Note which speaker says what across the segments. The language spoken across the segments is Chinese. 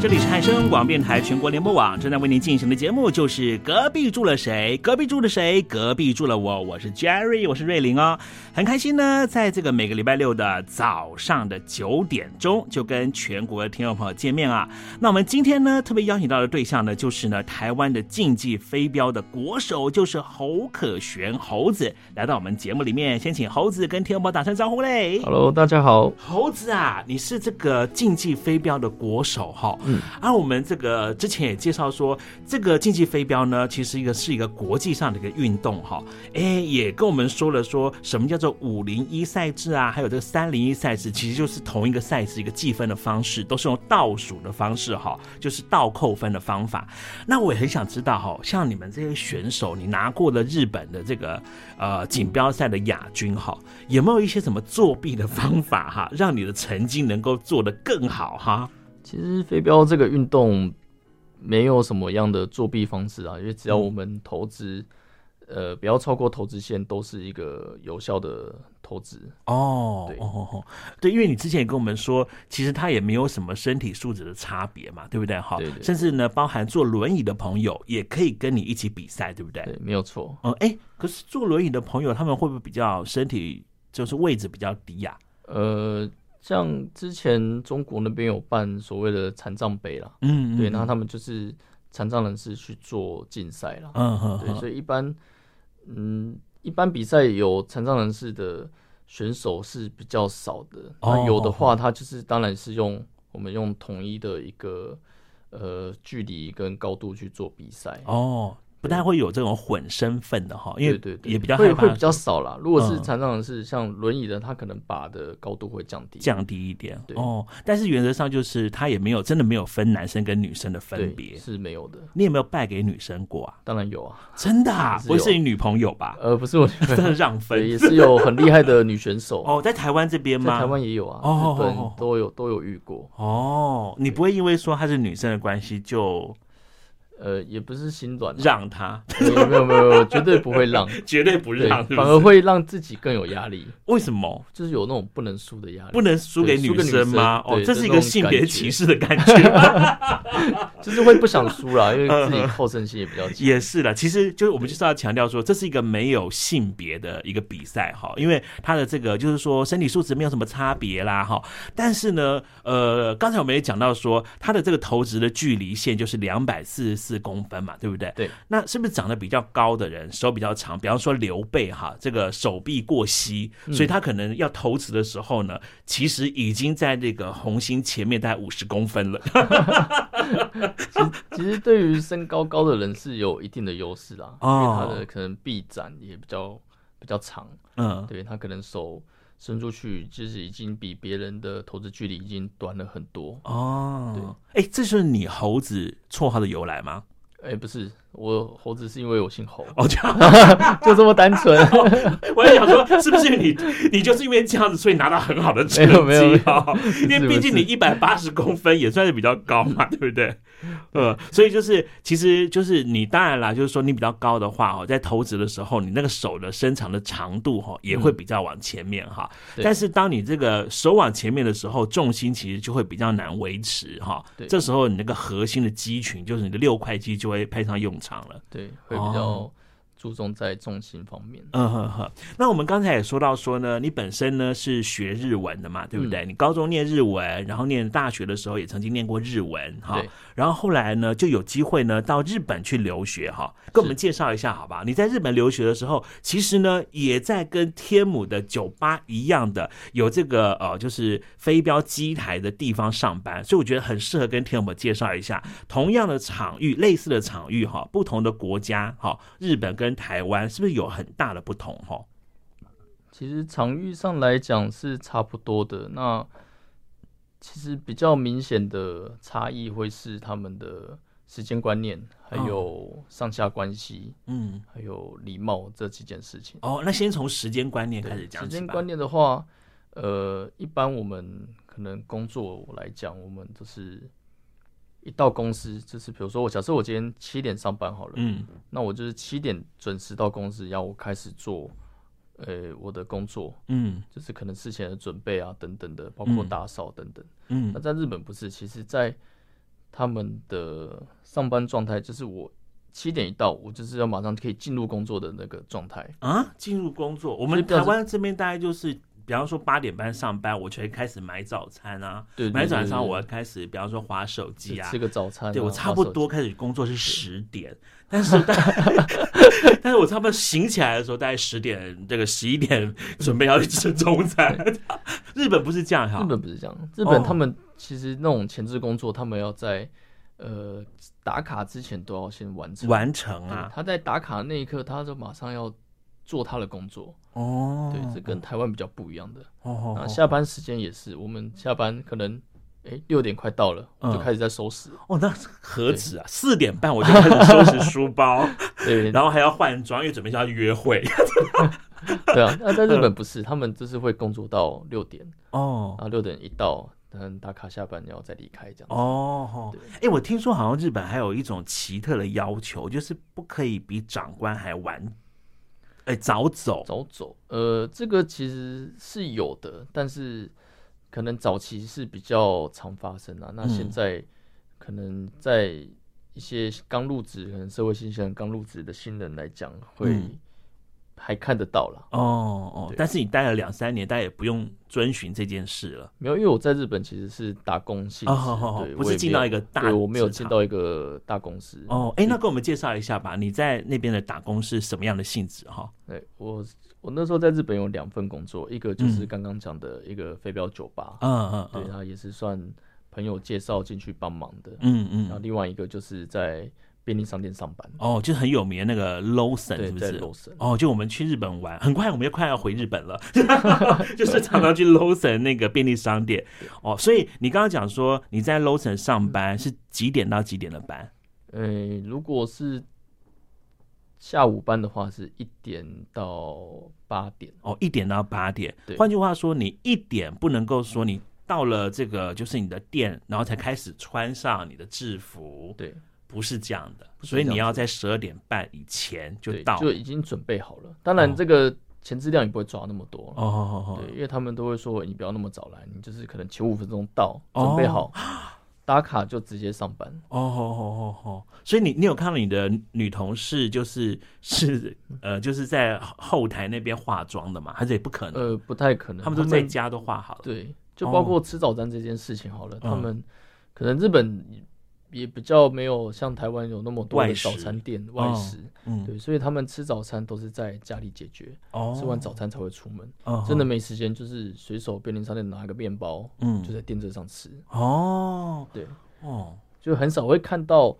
Speaker 1: 这里是汉声广播电台全国联播网正在为您进行的节目就是《隔壁住了谁》，隔壁住了谁，隔壁住了我，我是 Jerry，我是瑞玲哦，很开心呢，在这个每个礼拜六的早上的九点钟，就跟全国的听众朋友见面啊。那我们今天呢，特别邀请到的对象呢，就是呢台湾的竞技飞镖的国手，就是侯可璇猴子，来到我们节目里面，先请猴子跟听众朋友打声招呼嘞。
Speaker 2: Hello，大家好。
Speaker 1: 猴子啊，你是这个竞技飞镖的国手哈、嗯，而、我们这个之前也介绍说，这个竞技飞镖呢，其实一个是一个国际上的一个运动哈、哎，也跟我们说了说什么叫做五零一赛制啊，还有这个三零一赛制，其实就是同一个赛事一个计分的方式，都是用倒数的方式哈、就是倒扣分的方法。那我也很想知道哈、像你们这些选手，你拿过了日本的这个呃锦标赛的亚军哈、有没有一些什么作弊的方法哈、让你的成绩能够做得更好哈？
Speaker 2: 其实飞镖这个运动没有什么样的作弊方式啊，因为只要我们投资，呃，不要超过投资线，都是一个有效的投资。
Speaker 1: 哦，
Speaker 2: 对
Speaker 1: 哦哦哦，对，因为你之前也跟我们说，其实它也没有什么身体素质的差别嘛，对不对？哈，
Speaker 2: 对对
Speaker 1: 甚至呢，包含坐轮椅的朋友也可以跟你一起比赛，对不对？
Speaker 2: 对，没有错。
Speaker 1: 嗯，哎，可是坐轮椅的朋友他们会不会比较身体就是位置比较低呀、
Speaker 2: 呃，像之前中国那边有办所谓的残障杯啦，
Speaker 1: 嗯，
Speaker 2: 对，
Speaker 1: 嗯
Speaker 2: 那他们就是残障人士去做竞赛啦。
Speaker 1: 嗯哼
Speaker 2: 对，
Speaker 1: 哼，
Speaker 2: 所以一般，嗯，一般比赛有残障人士的选手是比较少的。
Speaker 1: 哦
Speaker 2: 那有的话，他就是当然是用我们用统一的一个呃距离跟高度去做比赛。
Speaker 1: 哦，不太会有这种混身份的哈，因
Speaker 2: 对
Speaker 1: 为
Speaker 2: 对对，
Speaker 1: 也比较
Speaker 2: 会
Speaker 1: 害
Speaker 2: 会
Speaker 1: 怕
Speaker 2: 比较少啦。如果是
Speaker 1: 嗯
Speaker 2: 残障人士，像轮椅的，他可能把的高度会降低。
Speaker 1: 降低一点
Speaker 2: 对
Speaker 1: 哦，但是原则上就是他也没有真的没有分男生跟女生的分
Speaker 2: 对
Speaker 1: 别。
Speaker 2: 是没有的，
Speaker 1: 你有没有败给女生过啊？
Speaker 2: 当然有啊。
Speaker 1: 真的啊，
Speaker 2: 也是
Speaker 1: 不会是
Speaker 2: 有
Speaker 1: 你女朋友 吧？
Speaker 2: 呃，不是我女朋
Speaker 1: 真的
Speaker 2: 友，
Speaker 1: 让分
Speaker 2: 对，也是有很厉害的女选手，
Speaker 1: 哦，在台湾这边
Speaker 2: 在
Speaker 1: 吗？
Speaker 2: 台湾也有啊，
Speaker 1: 哦
Speaker 2: 日
Speaker 1: 哦哦哦
Speaker 2: 本都有都有遇过。
Speaker 1: 哦，你不会因为说她是女生的关系就
Speaker 2: 呃，也不是心软啊，
Speaker 1: 让她，
Speaker 2: 没有没有没有，绝对不会让，
Speaker 1: 绝对 不
Speaker 2: 对
Speaker 1: 让，是，不
Speaker 2: 反
Speaker 1: 是
Speaker 2: 而会让自己更有压力，
Speaker 1: 为什么
Speaker 2: 就是有那种不能输的压力，
Speaker 1: 不能输给
Speaker 2: 对
Speaker 1: 女
Speaker 2: 输给女
Speaker 1: 生吗？
Speaker 2: 生
Speaker 1: 哦，
Speaker 2: 对
Speaker 1: 这
Speaker 2: 就是
Speaker 1: 一
Speaker 2: 那
Speaker 1: 个
Speaker 2: 种
Speaker 1: 性
Speaker 2: 感
Speaker 1: 别
Speaker 2: 觉
Speaker 1: 歧视的感 觉，
Speaker 2: 就是会不想输啦，因为自己好胜心也比较强。
Speaker 1: 嗯也是啦。其实就是我们就是要强调说，这是一个没有性别的一个比赛哈，因为他的这个就是说身体素质没有什么差别啦哈。但是呢，呃，刚才我们也讲到说，他的这个投掷的距离线就是两百四十四公分嘛，对不对？
Speaker 2: 对，
Speaker 1: 那是不是长得比较高的人，手比较长，比方说刘备哈，这个手臂过膝，
Speaker 2: 嗯
Speaker 1: 所以他可能要投掷的时候呢，其实已经在这个红心前面大概五十公分了。
Speaker 2: 其实对于身高高的人是有一定的优势啦，因为他
Speaker 1: 哦
Speaker 2: 的可能臂展也比较比较长，
Speaker 1: 嗯，
Speaker 2: 对他可能手伸出去，就是已经比别人的投掷距离已经短了很多。
Speaker 1: 哦，哎，这就是你猴子绰号的由来吗？
Speaker 2: 哎、不是，我猴 子是因为我姓侯，
Speaker 1: 哦，这样，
Speaker 2: 就这么单纯。
Speaker 1: 我也想说，是不是你，你就是因为这样子，所以拿到很好的成
Speaker 2: 没有没有
Speaker 1: 绩啊？因为
Speaker 2: 不是
Speaker 1: 毕竟
Speaker 2: 不
Speaker 1: 你
Speaker 2: 是
Speaker 1: 一百八十公分也算是比较高嘛，对不对？呃，所以就是，其实就是你当然啦，就是说你比较高的话哦，在投掷的时候，你那个手的伸长的长度哈、哦，也会比较往前面哈。
Speaker 2: 嗯对
Speaker 1: 但是当你这个手往前面的时候，重心其实就会比较难维持哈。
Speaker 2: 对
Speaker 1: 这时候你那个核心的肌群，就是你的六块肌就会派上用场了。
Speaker 2: 对，会比
Speaker 1: 哦
Speaker 2: 较注重在重心方面。
Speaker 1: 嗯哼哼，那我们刚才也说到说呢，你本身呢是学日文的嘛，对不对？你高中念日文，然后念大学的时候也曾经念过日文哈
Speaker 2: 对，
Speaker 1: 然后后来呢就有机会呢到日本去留学哈，跟我们介绍一下好吧？你在日本留学的时候，其实呢也在跟天母的酒吧一样的有这个呃就是飞镖机台的地方上班，所以我觉得很适合跟天母介绍一下，同样的场域、类似的场域哈，不同的国家哈，日本跟台湾是不是有很大的不同哈？
Speaker 2: 其实场域上来讲是差不多的。那其实比较明显的差异会是他们的时间观念，还
Speaker 1: 哦
Speaker 2: 有上下关系，
Speaker 1: 嗯，
Speaker 2: 还有礼貌这几件事情。
Speaker 1: 哦，那先从时间观念开始讲
Speaker 2: 时
Speaker 1: 起
Speaker 2: 间
Speaker 1: 吧。
Speaker 2: 观念的话，呃，一般我们可能工作来讲，我们就是一到公司，就是比如说我假设我今天七点上班好了，
Speaker 1: 嗯，
Speaker 2: 那我就是七点准时到公司，要我开始做，呃，我的工作。
Speaker 1: 嗯
Speaker 2: 就是可能事前的准备啊等等的，包括
Speaker 1: 嗯
Speaker 2: 打扫等等。
Speaker 1: 嗯
Speaker 2: 那在日本不是，其实在他们的上班状态，就是我七点一到，我就是要马上可以进入工作的那个状态。
Speaker 1: 啊，进入工作，我
Speaker 2: 所
Speaker 1: 们
Speaker 2: 以表
Speaker 1: 台
Speaker 2: 示
Speaker 1: 湾这边大概就是，比方说八点半上班，我就会开始买早餐啊，
Speaker 2: 对，
Speaker 1: 买
Speaker 2: 对
Speaker 1: 早
Speaker 2: 对
Speaker 1: 餐
Speaker 2: 对
Speaker 1: 我要开始，比方说划手机
Speaker 2: 吃
Speaker 1: 啊
Speaker 2: 吃。个早餐啊、
Speaker 1: 对，我差
Speaker 2: 划
Speaker 1: 不
Speaker 2: 手机。
Speaker 1: 多开始工作是十点，但是 但但是我差不多醒起来的时候，大概十点，这个十一 点准备要去吃中餐。 日本不是这样哈
Speaker 2: 日，本不是这样，日本
Speaker 1: 啊哦
Speaker 2: 他们其实那种前置工作，他们要在呃打卡之前都要先完成。
Speaker 1: 完成
Speaker 2: 对
Speaker 1: 啊，
Speaker 2: 他在打卡那一刻，他就马上要做他的工作。
Speaker 1: 哦，
Speaker 2: 对，这跟台湾比较不一样的。
Speaker 1: 哦哦
Speaker 2: 啊，
Speaker 1: 哦
Speaker 2: 下班时间也是，我们下班可能哎六点快到了，
Speaker 1: 嗯
Speaker 2: 就开始在 收拾。
Speaker 1: 哦，那何止啊！四点半我就开始收拾书包，
Speaker 2: 对，
Speaker 1: 然后还要换装，因为准备要去约会。
Speaker 2: 对啊。那在日本不是，他们就是会工作到六点，
Speaker 1: 嗯哦
Speaker 2: 然后六点一到，嗯，打卡下班然后再离开这样子。
Speaker 1: 哦，哎、我听说好像日本还有一种奇特的要求，就是不可以比长官还晚，哎、早走。
Speaker 2: 早走，呃，这个其实是有的，但是可能早期是比较常发生啊。那
Speaker 1: 嗯
Speaker 2: 现在可能在一些刚入职，可能社会新鲜人刚入职的新人来讲，会
Speaker 1: 嗯
Speaker 2: 还看得到啦。
Speaker 1: 哦哦，
Speaker 2: 对
Speaker 1: 但是你待了两三年，大家也不用遵循这件事了。
Speaker 2: 没有，因为我在日本其实是打工性质，
Speaker 1: 哦，好好好
Speaker 2: 对，
Speaker 1: 不
Speaker 2: 我
Speaker 1: 是
Speaker 2: 也
Speaker 1: 进
Speaker 2: 没有
Speaker 1: 到一个大，
Speaker 2: 对我没有进。到一个大公司。
Speaker 1: 哦，哎、
Speaker 2: 是
Speaker 1: 那给我们介绍一下吧，你在那边的打工是什么样的性质哈？
Speaker 2: 对我我那时候在日本有两份工作，一个就是
Speaker 1: 嗯
Speaker 2: 刚刚讲的一个飞镖酒吧，
Speaker 1: 嗯嗯
Speaker 2: 对，啊
Speaker 1: 嗯
Speaker 2: 他也是算朋友介绍进去帮忙的。
Speaker 1: 嗯
Speaker 2: 然后
Speaker 1: 嗯，
Speaker 2: 另外一个就是在便利商店上班，
Speaker 1: 哦，就是很有名的那个 Lawson 嗯
Speaker 2: 对，
Speaker 1: 是不
Speaker 2: 在
Speaker 1: 是？
Speaker 2: 楼神。
Speaker 1: 哦，就我们去日本玩，很快我们就快要回日本 了， 就是常常去 Lawson 那个便利商店。哦，所以你刚刚讲说你在 Lawson 上班是几点到几点的班？
Speaker 2: 呃，如果是下午班的话，是一点到八点。
Speaker 1: 哦，一点到八点。
Speaker 2: 对
Speaker 1: 换句话说，你一点不能够说你到了这个就是你的店，然后才开始穿上你的制服，
Speaker 2: 对
Speaker 1: 不是这样的。
Speaker 2: 是
Speaker 1: 所以
Speaker 2: 这
Speaker 1: 你
Speaker 2: 样
Speaker 1: 要在十二点半以前就
Speaker 2: 对，
Speaker 1: 到。
Speaker 2: 就已经准备好了。当
Speaker 1: 哦
Speaker 2: 然，这个前置量也不会抓那么多。
Speaker 1: 哦哦哦
Speaker 2: 对，因为他们都会说你不要那么早来，你就是可能前五分钟到，
Speaker 1: 哦
Speaker 2: 准备好、 打卡就直接上班。
Speaker 1: 哦哦哦哦哦！所以你你有看到你的女同事就是是呃就是在后台那边化妆的吗？还是也不可能？
Speaker 2: 呃，不太可能，
Speaker 1: 嗯他们都在家都化好了。
Speaker 2: 对，就
Speaker 1: 哦
Speaker 2: 包括吃早餐这件事情好了，他
Speaker 1: 嗯
Speaker 2: 们可能日本也比较没有像台湾有那么多
Speaker 1: 外
Speaker 2: 的
Speaker 1: 食
Speaker 2: 早餐店外
Speaker 1: 嗯
Speaker 2: 食，
Speaker 1: 嗯，
Speaker 2: 对，所以他们吃早餐都是在家里解决，
Speaker 1: 哦
Speaker 2: 吃完早餐才会出门，
Speaker 1: 哦
Speaker 2: 真的没时间，就是随手便利商店拿个面包
Speaker 1: 嗯
Speaker 2: 就在电车上吃，
Speaker 1: 哦
Speaker 2: 对，
Speaker 1: 哦
Speaker 2: 就很少会看到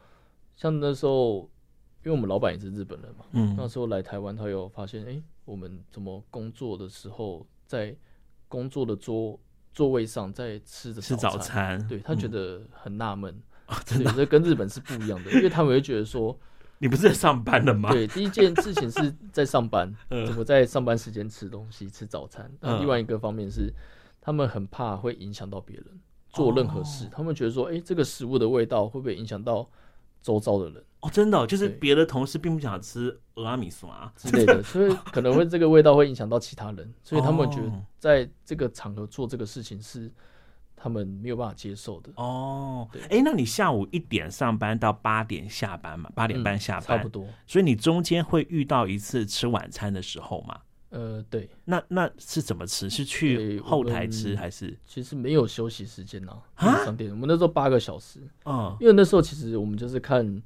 Speaker 2: 像那时候，因为我们老板也是日本人嘛，那
Speaker 1: 嗯
Speaker 2: 时候来台湾，他有发现，哎、我们怎么工作的时候在工作的桌座位上在吃着
Speaker 1: 吃早
Speaker 2: 餐。
Speaker 1: 餐，
Speaker 2: 对他
Speaker 1: 嗯
Speaker 2: 觉得很纳闷，
Speaker 1: 啊真
Speaker 2: 对，
Speaker 1: 的
Speaker 2: 这跟日本是不一样的，因为他们会觉得说，
Speaker 1: 你不是在上班的吗？
Speaker 2: 对，第一件事情是在上班，
Speaker 1: 嗯
Speaker 2: 怎么在上班时间吃东西、吃早餐？那
Speaker 1: 嗯
Speaker 2: 另外一个方面是，他们很怕会影响到别人做任何
Speaker 1: 哦
Speaker 2: 事，他们觉得说，哎，这个食物的味道会不会影响到周遭的人
Speaker 1: 哦，真的哦、就是
Speaker 2: 对
Speaker 1: 别的同事并不想吃俄阿米索啊。
Speaker 2: 之 类的，所以可能会这个味道会影响到其他人，所以他们觉得
Speaker 1: 哦
Speaker 2: 在这个场合做这个事情是他们没有办法接受的，
Speaker 1: 哦
Speaker 2: 对，
Speaker 1: 哎，那你下午一点上班到八点下班嘛？八点半
Speaker 2: 嗯
Speaker 1: 下
Speaker 2: 差
Speaker 1: 班，
Speaker 2: 不多，
Speaker 1: 所以你中间会遇到一次吃晚餐的时候嘛？
Speaker 2: 呃，对。
Speaker 1: 那那是怎么吃？是去
Speaker 2: 对
Speaker 1: 后台
Speaker 2: 我
Speaker 1: 吃
Speaker 2: 们
Speaker 1: 还是？
Speaker 2: 其实没有休息时间呐、
Speaker 1: 啊
Speaker 2: 便利商店我们那时候八个小时，
Speaker 1: 嗯
Speaker 2: 因为那时候其实我们就是看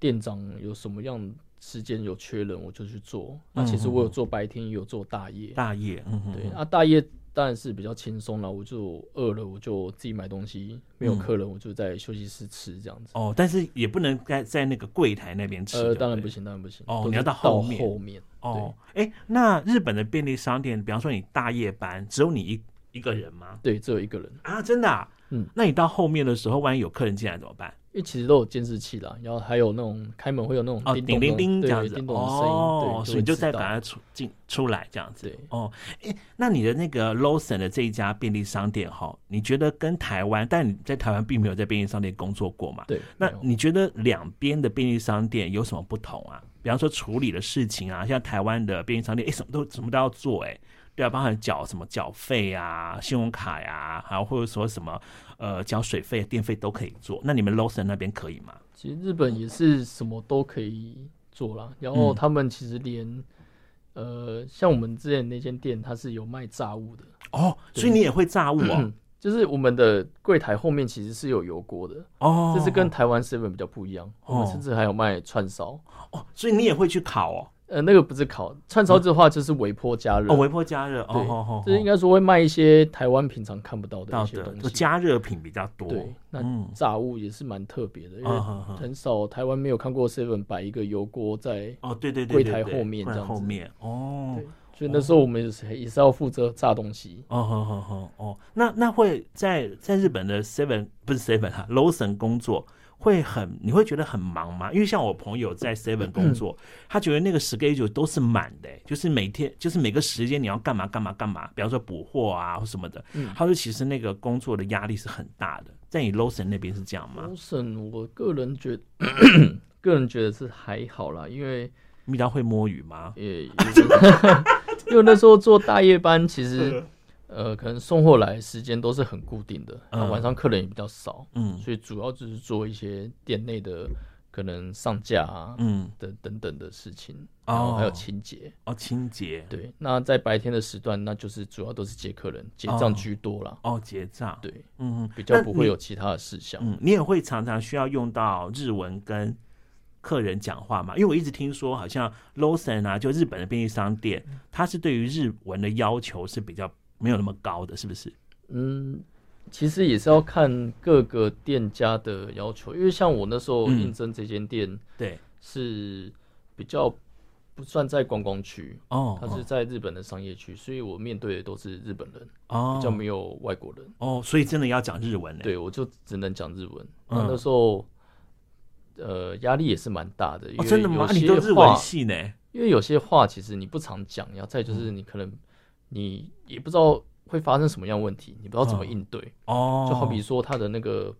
Speaker 2: 店长有什么样时间有缺人，我就去做。那其实我有做白天，也有做大夜。
Speaker 1: 大夜，嗯哼
Speaker 2: 对，啊，大夜当然是比较轻松了。我就饿了，我就自己买东西；没有客人，我就在休息室吃这样子。
Speaker 1: 哦，但是也不能在在那个柜台那边吃，对
Speaker 2: 呃，
Speaker 1: 对
Speaker 2: 当然不。行，当然不行。
Speaker 1: 哦
Speaker 2: 都是
Speaker 1: 你要到
Speaker 2: 到
Speaker 1: 后面
Speaker 2: 面。
Speaker 1: 哦，哎，那日本的便利商店，比方说你大夜班，只有你一一个人吗？
Speaker 2: 对，只有一个人，
Speaker 1: 啊，真的、啊？
Speaker 2: 嗯，
Speaker 1: 那你到后面的时候，万一有客人进来怎么办？
Speaker 2: 因为其实都有监视器啦，然后还有那种开门会有那种
Speaker 1: 哦，
Speaker 2: 叮
Speaker 1: 叮
Speaker 2: 咚
Speaker 1: 叮
Speaker 2: 的
Speaker 1: 叮这
Speaker 2: 对
Speaker 1: 样子，
Speaker 2: 叮咚的声音，
Speaker 1: 哦，
Speaker 2: 对，
Speaker 1: 所以你就
Speaker 2: 会知
Speaker 1: 再
Speaker 2: 道
Speaker 1: 把它出进出来这样子。
Speaker 2: 对。
Speaker 1: 哦，哎，那你的那个 Lawson 的这一家便利商店哈，你觉得跟台湾，但你在台湾并没有在便利商店工作过嘛？
Speaker 2: 对，
Speaker 1: 那
Speaker 2: 没有
Speaker 1: 你觉得两边的便利商店有什么不同啊？比方说处理的事情啊，像台湾的便利商店，哎，什么都什么都要做、哎，对啊，包含缴什么缴费啊、信用卡呀、还有或者说什么呃缴水费、电费都可以做。那你们 Lawson 那边可以吗？
Speaker 2: 其实日本也是什么都可以做啦，然
Speaker 1: 嗯
Speaker 2: 后他们其实连、呃，像我们之前那间店，它是有卖炸物的，
Speaker 1: 哦，
Speaker 2: 对
Speaker 1: 所以你也会炸物哦
Speaker 2: 嗯，就是我们的柜台后面其实是有油锅的，
Speaker 1: 哦，
Speaker 2: 这是跟台湾 seven 比较不一样，我们
Speaker 1: 哦
Speaker 2: 甚至还有卖串烧。
Speaker 1: 哦，所以你也会去烤哦，
Speaker 2: 呃，那个不是烤串烧的话，就是微波加热
Speaker 1: 嗯哦，，微波加热，哦
Speaker 2: 对
Speaker 1: 哦哦，
Speaker 2: 这应该说会卖一些台湾平常看不到的
Speaker 1: 到
Speaker 2: 一些
Speaker 1: 的
Speaker 2: 东
Speaker 1: 就
Speaker 2: 西。
Speaker 1: 加热品比较多，
Speaker 2: 对，那
Speaker 1: 嗯，
Speaker 2: 炸物也是蛮特别的，因为
Speaker 1: 啊哈哈
Speaker 2: 很少台湾没有看过 seven 摆一个油锅在，
Speaker 1: 哦，对对对，
Speaker 2: 柜
Speaker 1: 对
Speaker 2: 台
Speaker 1: 对
Speaker 2: 后面
Speaker 1: 柜台
Speaker 2: 这样
Speaker 1: 后
Speaker 2: 子
Speaker 1: 面哦
Speaker 2: 对。所以那时候我们也是也是要负责炸东西。
Speaker 1: 哦，好好好，哦，那那会在在日本的 Seven 不是 Seven 哈、l o w s o n 工作会很，你会觉得很忙吗？因为像我朋友在 Seven 工作，
Speaker 2: 嗯
Speaker 1: 他觉得那个 schedule 都是满的、就是每天就是每个时间你要干嘛干嘛干嘛，比方说补货啊或什么的。
Speaker 2: 嗯
Speaker 1: 他说其实那个工作的压力是很大的，在你 Lawson 那边是这样吗？
Speaker 2: 罗森，我个人觉 个人觉得是还好啦，因为
Speaker 1: 蜜桃会摸鱼吗？
Speaker 2: 也，也因为那时候做大夜班，其实呃，可能送货来的时间都是很固定的，那
Speaker 1: 嗯
Speaker 2: 晚上客人也比较少，
Speaker 1: 嗯
Speaker 2: 所以主要就是做一些店内的可能上架啊
Speaker 1: 嗯，
Speaker 2: 等等等的事情，
Speaker 1: 哦
Speaker 2: 然后还有清洁。
Speaker 1: 哦，清洁，
Speaker 2: 对，那在白天的时段，那就是主要都是接客人，结
Speaker 1: 哦
Speaker 2: 账居多啦。
Speaker 1: 哦，结账，
Speaker 2: 对，
Speaker 1: 嗯，
Speaker 2: 比较
Speaker 1: 那
Speaker 2: 不会
Speaker 1: 你
Speaker 2: 有其他的事项。
Speaker 1: 嗯，你也会常常需要用到日文跟客人讲话嘛？因为我一直听说，好像 Lawson 啊，就日本的便利商店，
Speaker 2: 嗯
Speaker 1: 它是对于日文的要求是比较没有那么高的，是不是？
Speaker 2: 嗯，其实也是要看各个店家的要求，因为像我那时候
Speaker 1: 嗯
Speaker 2: 应征这间店
Speaker 1: 对，
Speaker 2: 是比较不算在观光区，
Speaker 1: 哦，
Speaker 2: 它是在日本的商业区，所以我面对的都是日本人，比较
Speaker 1: 哦
Speaker 2: 没有外国人。
Speaker 1: 哦，所以真的要讲日文呢。，
Speaker 2: 对我就只能讲日文。那
Speaker 1: 嗯
Speaker 2: 那时候，呃，压力也是蛮大的，因
Speaker 1: 哦，
Speaker 2: 为
Speaker 1: 真的吗？啊
Speaker 2: 有
Speaker 1: 你都
Speaker 2: 些
Speaker 1: 日文
Speaker 2: 话，
Speaker 1: 系呢？
Speaker 2: 因为有些话其实你不常讲，然后再就是
Speaker 1: 嗯
Speaker 2: 你可能你也不知道会发生什么样问题，你不知道怎么
Speaker 1: 嗯
Speaker 2: 应对。
Speaker 1: 哦，
Speaker 2: 就好比说它的那个，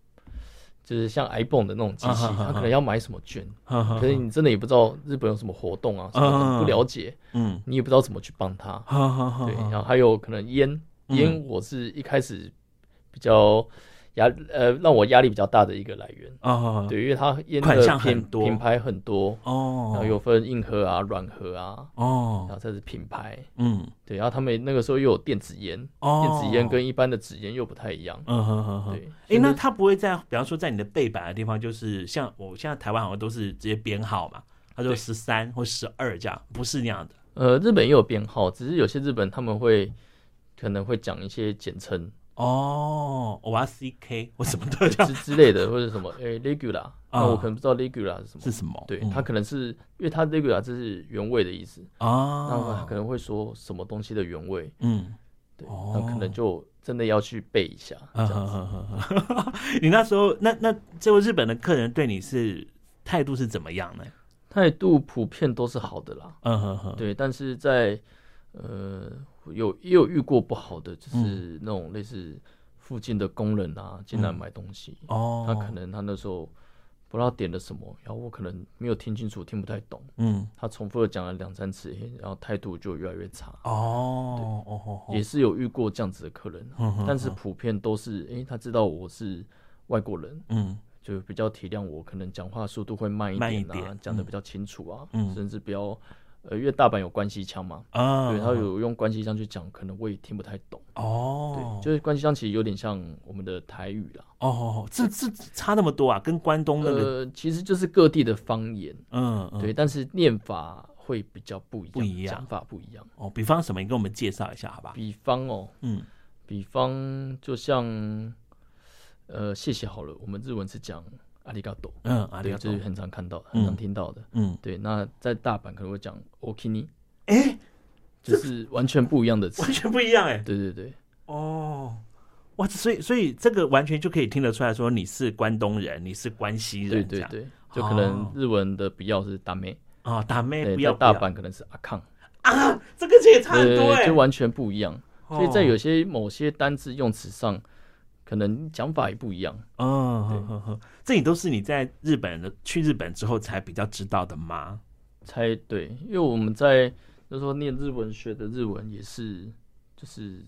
Speaker 2: 就是像 iPhone 的那种机器，
Speaker 1: 啊哈哈
Speaker 2: 它可能要买什么券，
Speaker 1: 呵呵
Speaker 2: 可是
Speaker 1: 呵，
Speaker 2: 你真的也不知道日本有什么活动啊，什
Speaker 1: 啊哈
Speaker 2: 么
Speaker 1: 哈啊
Speaker 2: 的不了解，
Speaker 1: 嗯，
Speaker 2: 你也不知道怎么去帮他。
Speaker 1: 呵呵呵，
Speaker 2: 对，
Speaker 1: 呵
Speaker 2: 然后还有可能烟，
Speaker 1: 嗯
Speaker 2: 烟我是一开始比较压呃让我压力比较大的一个来源，
Speaker 1: 哦，
Speaker 2: 对，因为它烟
Speaker 1: 款项
Speaker 2: 的
Speaker 1: 很
Speaker 2: 品
Speaker 1: 多
Speaker 2: 品牌很多，然后
Speaker 1: 哦，
Speaker 2: 有分硬核啊、软核啊，然
Speaker 1: 哦，
Speaker 2: 后这是品牌，
Speaker 1: 嗯，
Speaker 2: 对，然后他们那个时候又有电子烟，电
Speaker 1: 哦，
Speaker 2: 子烟跟一般的纸烟又不太一样，
Speaker 1: 嗯哼哼哼
Speaker 2: 对。
Speaker 1: 哎、那它不会在，比方说在你的背板的地方，就是像我现在台湾好像都是直接编号嘛，它就
Speaker 2: 对
Speaker 1: 十三或十二这样，不是那样的。
Speaker 2: 呃，日本也有编号，只是有些日本他们会可能会讲一些简 称
Speaker 1: 哦，我要 CK 我什么都叫
Speaker 2: 之之类的，或者什么诶、l e g u l a 那我可能不知道 legula 是什
Speaker 1: 啊
Speaker 2: 么
Speaker 1: 是。什么？
Speaker 2: 对，
Speaker 1: 嗯
Speaker 2: 它可能是因为它 legula 这是原味的意思，那它
Speaker 1: 哦，
Speaker 2: 可能会说什么东西的原味，
Speaker 1: 嗯，
Speaker 2: 对，
Speaker 1: 哦
Speaker 2: 那可能就真的要去背一下这
Speaker 1: 嗯
Speaker 2: 样
Speaker 1: 哼
Speaker 2: 子。
Speaker 1: 哼哼哼 你那时候那那这位日本的客人对你是态度是怎么样呢？
Speaker 2: 态度普遍都是好的啦，
Speaker 1: 嗯哼哼，
Speaker 2: 对，但是在呃有也有遇过不好的，就是那种类似附近的工人啊进来
Speaker 1: 嗯
Speaker 2: 买东西，
Speaker 1: 哦，
Speaker 2: 他可能他那时候不知道点了什么，然后我可能没有听清楚，听不太懂，
Speaker 1: 嗯，
Speaker 2: 他重复的讲了两三次，诶然后态度就越来越差。
Speaker 1: 哦，哦哦哦
Speaker 2: 也是有遇过这样子的客人，
Speaker 1: 嗯哼
Speaker 2: 但是普遍都是，诶，他知道我是外国人，
Speaker 1: 嗯
Speaker 2: 就比较体谅我，可能讲话速度会慢一
Speaker 1: 慢一
Speaker 2: 点啊
Speaker 1: 点，
Speaker 2: 讲的
Speaker 1: 嗯
Speaker 2: 比较清楚啊，
Speaker 1: 嗯
Speaker 2: 甚至不要，呃，因为大阪有关西腔嘛，
Speaker 1: 啊，
Speaker 2: 对，他有用关西腔去讲，可能我也听不太懂，
Speaker 1: 哦
Speaker 2: 对，，就是关西腔其实有点像我们的台语啦，
Speaker 1: 哦哦，这这差那么多啊，跟关东那个
Speaker 2: 呃，其实就是各地的方言，
Speaker 1: 嗯，嗯
Speaker 2: 对，但是念法会比较不一样，
Speaker 1: 不一样
Speaker 2: 讲法不一样。
Speaker 1: 哦，比方什么，你给我们介绍一下，好吧？
Speaker 2: 比方哦，
Speaker 1: 嗯，
Speaker 2: 比方就像，呃，谢谢好了，我们日文是讲阿里嘎多，
Speaker 1: 嗯，阿里
Speaker 2: 对，
Speaker 1: 嘎
Speaker 2: 这
Speaker 1: 多
Speaker 2: 是，很常看到的，
Speaker 1: 嗯
Speaker 2: 很常听到的。
Speaker 1: 嗯，
Speaker 2: 对，那在大阪可能会讲 okini，
Speaker 1: 哎，
Speaker 2: 就是完全不一样的词。
Speaker 1: 完全不一样哎，
Speaker 2: 对对对，
Speaker 1: 哦，哇，所以所以这个完全就可以听得出来说你是关东人，你是关西人，
Speaker 2: 对对
Speaker 1: 这样
Speaker 2: 对，就可能日文的不要是达妹，
Speaker 1: 啊，大妹
Speaker 2: 对，
Speaker 1: 不
Speaker 2: 在
Speaker 1: 要
Speaker 2: 大
Speaker 1: 不要
Speaker 2: 阪可能是阿康，
Speaker 1: 这个也差
Speaker 2: 对
Speaker 1: 很
Speaker 2: 对
Speaker 1: 多
Speaker 2: 对，
Speaker 1: 哎
Speaker 2: 就，完全不一样。
Speaker 1: 哦
Speaker 2: 所以在有些某些单字用词上，可能讲法也不一样。
Speaker 1: 嗯，呵呵呵这也都是你在日本的去日本之后才比较知道的吗？
Speaker 2: 猜对，因为我们在那时候念日文学的日文也是就是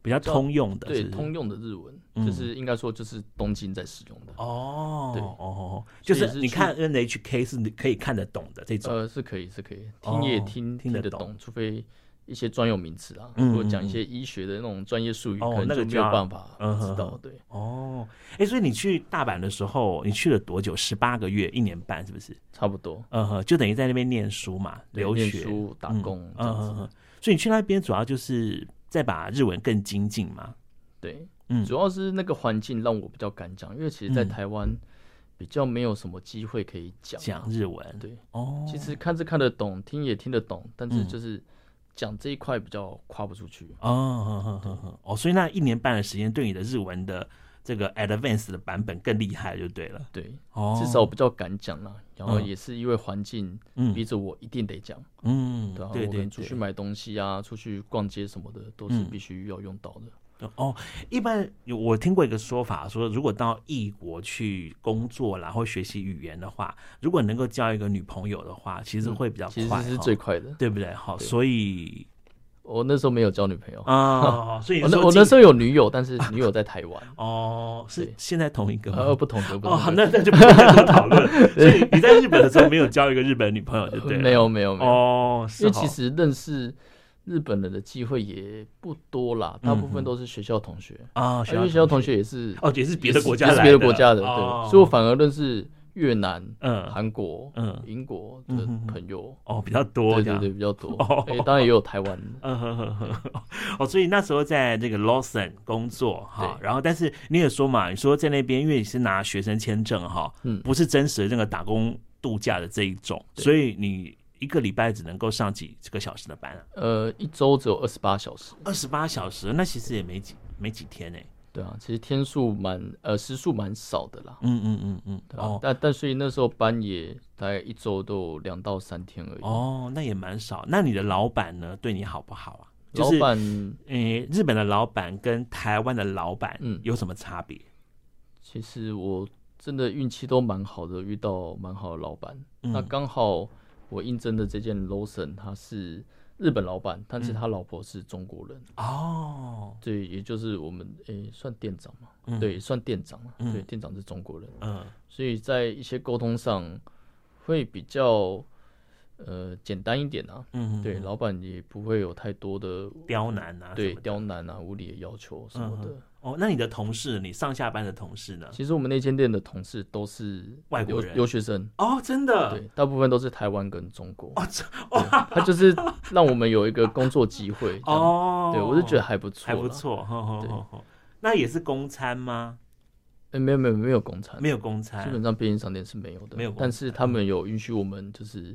Speaker 1: 比较通用的，
Speaker 2: 对
Speaker 1: 是不是
Speaker 2: 通用的日文，
Speaker 1: 嗯
Speaker 2: 就是应该说就是东京在使用的，
Speaker 1: 哦，
Speaker 2: 对
Speaker 1: 哦，就
Speaker 2: 所以
Speaker 1: 是
Speaker 2: 是
Speaker 1: 你
Speaker 2: 去
Speaker 1: 看 NHK 是你可以看得懂的这种，
Speaker 2: 呃，是可以是可以
Speaker 1: 哦
Speaker 2: 听也听、
Speaker 1: 听得
Speaker 2: 得
Speaker 1: 懂
Speaker 2: 懂，除非一些专有名词啊，
Speaker 1: 嗯
Speaker 2: 或者讲
Speaker 1: 嗯
Speaker 2: 一些医学的那种专业术语，
Speaker 1: 哦
Speaker 2: 可
Speaker 1: 那个
Speaker 2: 能就没
Speaker 1: 就
Speaker 2: 有
Speaker 1: 要
Speaker 2: 办法
Speaker 1: 嗯哼
Speaker 2: 知道。
Speaker 1: 哼
Speaker 2: 对，
Speaker 1: 哦，哎、所以你去大阪的时候，你去了多久？十八个月，一年半，是不是？
Speaker 2: 差不多
Speaker 1: 嗯哼，就等于在那边念书嘛，
Speaker 2: 对
Speaker 1: 留
Speaker 2: 念
Speaker 1: 学、
Speaker 2: 书、打
Speaker 1: 嗯
Speaker 2: 工这
Speaker 1: 嗯
Speaker 2: 样子。
Speaker 1: 哼哼，所以你去那边主要就是再把日文更精进嘛。
Speaker 2: 对，
Speaker 1: 嗯
Speaker 2: 主要是那个环境让我比较敢讲，因为其实，在
Speaker 1: 嗯
Speaker 2: 台湾比较没有什么机会可以讲。
Speaker 1: 讲日文，
Speaker 2: 对，
Speaker 1: 哦，
Speaker 2: 其实看是看得懂，听也听得懂，但是
Speaker 1: 嗯
Speaker 2: 就是讲这一块比较跨不出去。
Speaker 1: 哦，哼哼哼哼哦，所以那一年半的时间对你的日文的这个 advanced 的版本更厉害就对了。
Speaker 2: 对，
Speaker 1: 哦，
Speaker 2: 至少我比较敢讲啦。然后
Speaker 1: 嗯
Speaker 2: 也是因为环境
Speaker 1: 嗯
Speaker 2: 逼着我一定得讲，
Speaker 1: 嗯，
Speaker 2: 对啊，
Speaker 1: 对
Speaker 2: 我可
Speaker 1: 对
Speaker 2: 能出去
Speaker 1: 对。
Speaker 2: 买东西啊，出去逛街什么的，都是
Speaker 1: 嗯
Speaker 2: 必须要用到的。
Speaker 1: 哦，一般有我听过一个说法，说如果到异国去工作啦，然后学习语言的话，如果能够交一个女朋友的话，其实会比较
Speaker 2: 嗯其
Speaker 1: 快，
Speaker 2: 实是
Speaker 1: 哈
Speaker 2: 最快的。
Speaker 1: 对不对？好，
Speaker 2: 对
Speaker 1: 所以
Speaker 2: 我那时候没有交女朋友，
Speaker 1: 啊，所以
Speaker 2: 哦我那
Speaker 1: 说
Speaker 2: 我
Speaker 1: 进，
Speaker 2: 那时候有女友，但是女友在台湾
Speaker 1: 哦，是
Speaker 2: 对
Speaker 1: 现在同一个
Speaker 2: 呃，
Speaker 1: 吗？
Speaker 2: 不同的不同
Speaker 1: 哦，
Speaker 2: 的
Speaker 1: 好那那就不用再多讨论。 所以你在日本的时候没有交一个日本女朋友，就对了。啊
Speaker 2: 没有没有没有，
Speaker 1: 哦，
Speaker 2: 因
Speaker 1: 是
Speaker 2: 为
Speaker 1: 哈
Speaker 2: 其实认识日本人的机会也不多啦，
Speaker 1: 嗯
Speaker 2: 大部分都是学校同学，
Speaker 1: 啊，
Speaker 2: 因为学校同学也是
Speaker 1: 哦，也是别的国家
Speaker 2: 也
Speaker 1: 来
Speaker 2: 是
Speaker 1: 的，
Speaker 2: 别的国家的，
Speaker 1: 哦
Speaker 2: 对，所以我反而认识越南、
Speaker 1: 嗯
Speaker 2: 韩国、
Speaker 1: 嗯
Speaker 2: 英国
Speaker 1: 嗯
Speaker 2: 的
Speaker 1: 哼哼
Speaker 2: 朋友，
Speaker 1: 哦比较多这
Speaker 2: 对对
Speaker 1: 样
Speaker 2: 对，比较多
Speaker 1: 哦，
Speaker 2: 哎，当然也有台湾的，
Speaker 1: 嗯哼哼哼， 哦，所以那时候在这个 Lawson 工作哈，
Speaker 2: 对
Speaker 1: 然后但是你也说嘛，你说在那边因为你是拿学生签证哈，
Speaker 2: 嗯，
Speaker 1: 不是真实的那个打工度假的这一种，
Speaker 2: 对
Speaker 1: 所以你一个礼拜只能够上几个小时的班啊，
Speaker 2: 呃，一周只有二十八小时，
Speaker 1: 二十八小时，那其实也没几没几天呢、
Speaker 2: 对啊，其实天数蛮呃时数蛮少的啦。
Speaker 1: 嗯嗯嗯嗯，
Speaker 2: 对啊
Speaker 1: 哦。
Speaker 2: 但但所以那时候班也大概一周都有两到三天而已。
Speaker 1: 哦，那也蛮少。那你的老板呢？对你好不好啊？就
Speaker 2: 老
Speaker 1: 是
Speaker 2: 板
Speaker 1: 诶，日本的老板跟台湾的老板
Speaker 2: 嗯
Speaker 1: 有什么差别？
Speaker 2: 其实我真的运气都蛮好的，遇到蛮好的老板。
Speaker 1: 嗯
Speaker 2: 那刚好我应征的这件 Lawson，他是日本老板，但
Speaker 1: 嗯
Speaker 2: 是他老婆是中国人，
Speaker 1: 哦，
Speaker 2: 对，也就是我们诶、算店长嘛，
Speaker 1: 嗯
Speaker 2: 对，算店长嘛，
Speaker 1: 嗯
Speaker 2: 对，店长是中国人，
Speaker 1: 嗯
Speaker 2: 所以在一些沟通上会比较呃简单一点啊。
Speaker 1: 嗯，
Speaker 2: 对，老板也不会有太多的
Speaker 1: 刁难啊，
Speaker 2: 对
Speaker 1: 什么的
Speaker 2: 刁难啊、无理的要求什么的。
Speaker 1: 哦，那你的同事，你上下班的同事呢？
Speaker 2: 其实我们那间店的同事都是
Speaker 1: 外国
Speaker 2: 留
Speaker 1: 人
Speaker 2: 留学生，
Speaker 1: 哦，真的，
Speaker 2: 对，大部分都是台湾跟中国。
Speaker 1: 哦
Speaker 2: 对他就是让我们有一个工作 机会。这样，
Speaker 1: 哦，
Speaker 2: 对我是觉得还不错，
Speaker 1: 还不。错，呵呵
Speaker 2: 对
Speaker 1: 呵呵那也是公餐吗？
Speaker 2: 哎，没有没有没有公餐，
Speaker 1: 没有公
Speaker 2: 基
Speaker 1: 餐
Speaker 2: 本上便利商店是没有的，
Speaker 1: 没有公餐
Speaker 2: 但是他们有允许我们就是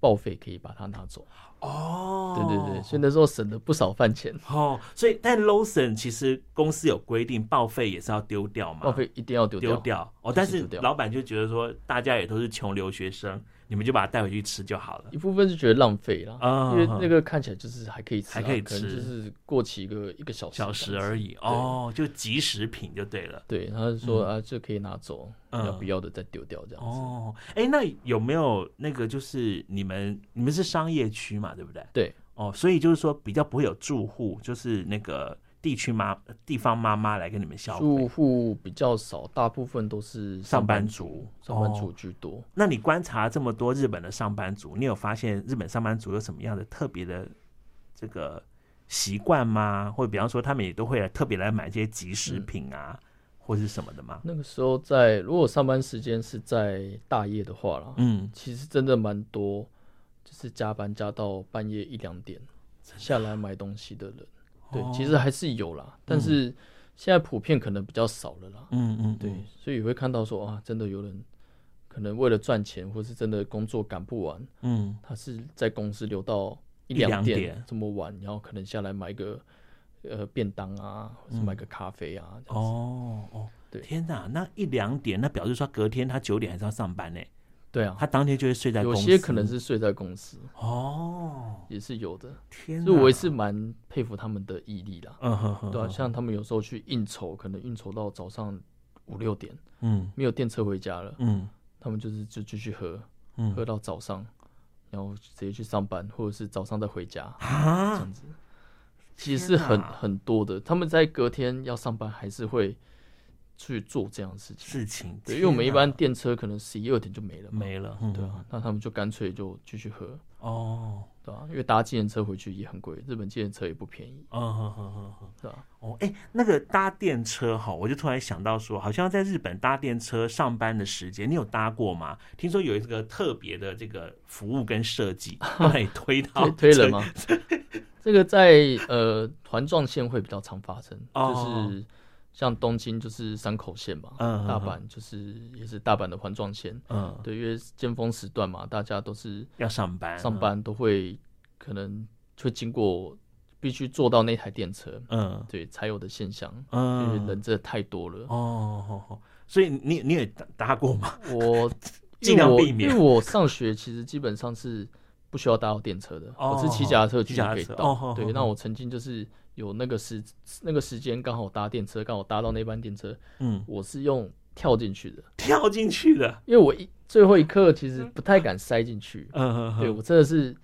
Speaker 2: 报废可以把它拿走。
Speaker 1: 哦，
Speaker 2: 对对对，所以那时候省了不少饭钱，
Speaker 1: 哦，所以但 Lawson 其实公司有规定报废也是要丢掉嘛，
Speaker 2: 报废一定要丢
Speaker 1: 丢
Speaker 2: 掉。
Speaker 1: 掉哦，
Speaker 2: 就
Speaker 1: 但
Speaker 2: 是
Speaker 1: 是
Speaker 2: 丢掉
Speaker 1: 老板就觉得说大家也都是穷留学生，你们就把它带回去吃就好了。
Speaker 2: 一部分是觉得浪费啦，
Speaker 1: 啊
Speaker 2: 因为那个看起来就是还可以吃啊，
Speaker 1: 还可以
Speaker 2: 能
Speaker 1: 吃
Speaker 2: 就是过期个一个小时
Speaker 1: 小
Speaker 2: 这
Speaker 1: 时
Speaker 2: 样子
Speaker 1: 而已哦，就即食品就对了。
Speaker 2: 对，他就说、啊，这可以拿走，
Speaker 1: 嗯
Speaker 2: 要不要的再丢掉这样嗯子。
Speaker 1: 哦，哎、那有没有那个就是你们你们是商业区嘛，对不对？
Speaker 2: 对，
Speaker 1: 哦，所以就是说比较不会有住户，就是那个地区妈地方妈妈来跟你们消费，
Speaker 2: 住户比较少，大部分都是
Speaker 1: 上班
Speaker 2: 班
Speaker 1: 族
Speaker 2: 上班族
Speaker 1: 哦
Speaker 2: 居多。
Speaker 1: 那你观察这么多日本的上班族，你有发现日本上班族有什么样的特别的这个习惯吗？或者比方说他们也都会来特别来买一些即
Speaker 2: 嗯
Speaker 1: 食品啊，或是什么的吗？
Speaker 2: 那个时候在如果上班时间是在大夜的话啦，
Speaker 1: 嗯，
Speaker 2: 其实真的蛮多，就是加班加到半夜一两点下来买东西的人，对，
Speaker 1: 啊哦
Speaker 2: 其实还是有啦，但是现在普遍可能比较少了啦。
Speaker 1: 嗯嗯，
Speaker 2: 对，所以会看到说啊，真的有人可能为了赚钱，或是真的工作赶不完，
Speaker 1: 嗯，
Speaker 2: 他是在公司留到一
Speaker 1: 一
Speaker 2: 两
Speaker 1: 两
Speaker 2: 点
Speaker 1: 点
Speaker 2: 这么晚，然后可能下来买个呃便当啊，或是买个咖啡啊，这样子。
Speaker 1: 嗯哦哦，
Speaker 2: 对
Speaker 1: 天哪，那一两点，那表示说隔天他九点还是要上班呢，
Speaker 2: 对啊，
Speaker 1: 他当天就会睡在
Speaker 2: 有
Speaker 1: 公司。
Speaker 2: 些可能是睡在公司，
Speaker 1: 哦，
Speaker 2: 也是有的。
Speaker 1: 天哪，
Speaker 2: 所以我也是蛮佩服他们的毅力啦。
Speaker 1: 嗯哼哼，
Speaker 2: 对啊，
Speaker 1: 哼
Speaker 2: 像他们有时候去应酬，可能应酬到早上五六点，
Speaker 1: 嗯
Speaker 2: 没有电车回家了，
Speaker 1: 嗯
Speaker 2: 他们就是就继续喝，喝
Speaker 1: 嗯
Speaker 2: 到早上，然后直接去上班，或者是早上再回家这
Speaker 1: 啊，
Speaker 2: 样子。其实是很
Speaker 1: 天哪
Speaker 2: 很多的。他们在隔天要上班，还是会去做这样的事情。
Speaker 1: 事情，
Speaker 2: 对，因为我们一
Speaker 1: 天
Speaker 2: 般
Speaker 1: 哪
Speaker 2: 电车可能十一二点就没了嘛，
Speaker 1: 没了，嗯
Speaker 2: 对啊，那他们就干脆就继续喝，
Speaker 1: 哦，
Speaker 2: 对啊，因为搭计程车回去也很贵，日本计程车也不便宜，
Speaker 1: 嗯哼哼哼哼。
Speaker 2: 对啊，
Speaker 1: 哦，哎、那个搭电车哈，我就突然想到说，好像在日本搭电车上班的时间，你有搭过吗？听说有一个特别的这个服务跟设计，把你推到
Speaker 2: 推 推
Speaker 1: 车
Speaker 2: 人？吗？这个在呃环状线会比较常发生，
Speaker 1: 哦
Speaker 2: 就是像东京就是山口线嘛，
Speaker 1: 嗯嗯
Speaker 2: 大阪就是也是大阪的环状线，
Speaker 1: 嗯，
Speaker 2: 对，因为尖峰时段嘛，大家都是
Speaker 1: 要上班，
Speaker 2: 上，班都会可能会经过，必须坐到那台电车，
Speaker 1: 嗯
Speaker 2: 对，才有的现象，因为
Speaker 1: 嗯，
Speaker 2: 人真的太多了。
Speaker 1: 哦，吼吼所以你你也搭搭过吗？
Speaker 2: 我
Speaker 1: 尽量
Speaker 2: 因为我
Speaker 1: 避免
Speaker 2: 因为我上学其实基本上是不需要搭到电车的，
Speaker 1: 哦
Speaker 2: 我是骑脚踏车
Speaker 1: 骑
Speaker 2: 去就
Speaker 1: 脚踏
Speaker 2: 可以
Speaker 1: 车
Speaker 2: 到。
Speaker 1: 哦哦哦
Speaker 2: 对，
Speaker 1: 哦
Speaker 2: 那我曾经就是有那个时那个时间刚好搭电车，刚好搭到那班电车，
Speaker 1: 嗯，
Speaker 2: 我是用跳进去的，
Speaker 1: 跳进去的，
Speaker 2: 因为我一最后一刻其实不太敢塞进去，
Speaker 1: 嗯哼哼
Speaker 2: 对我真的是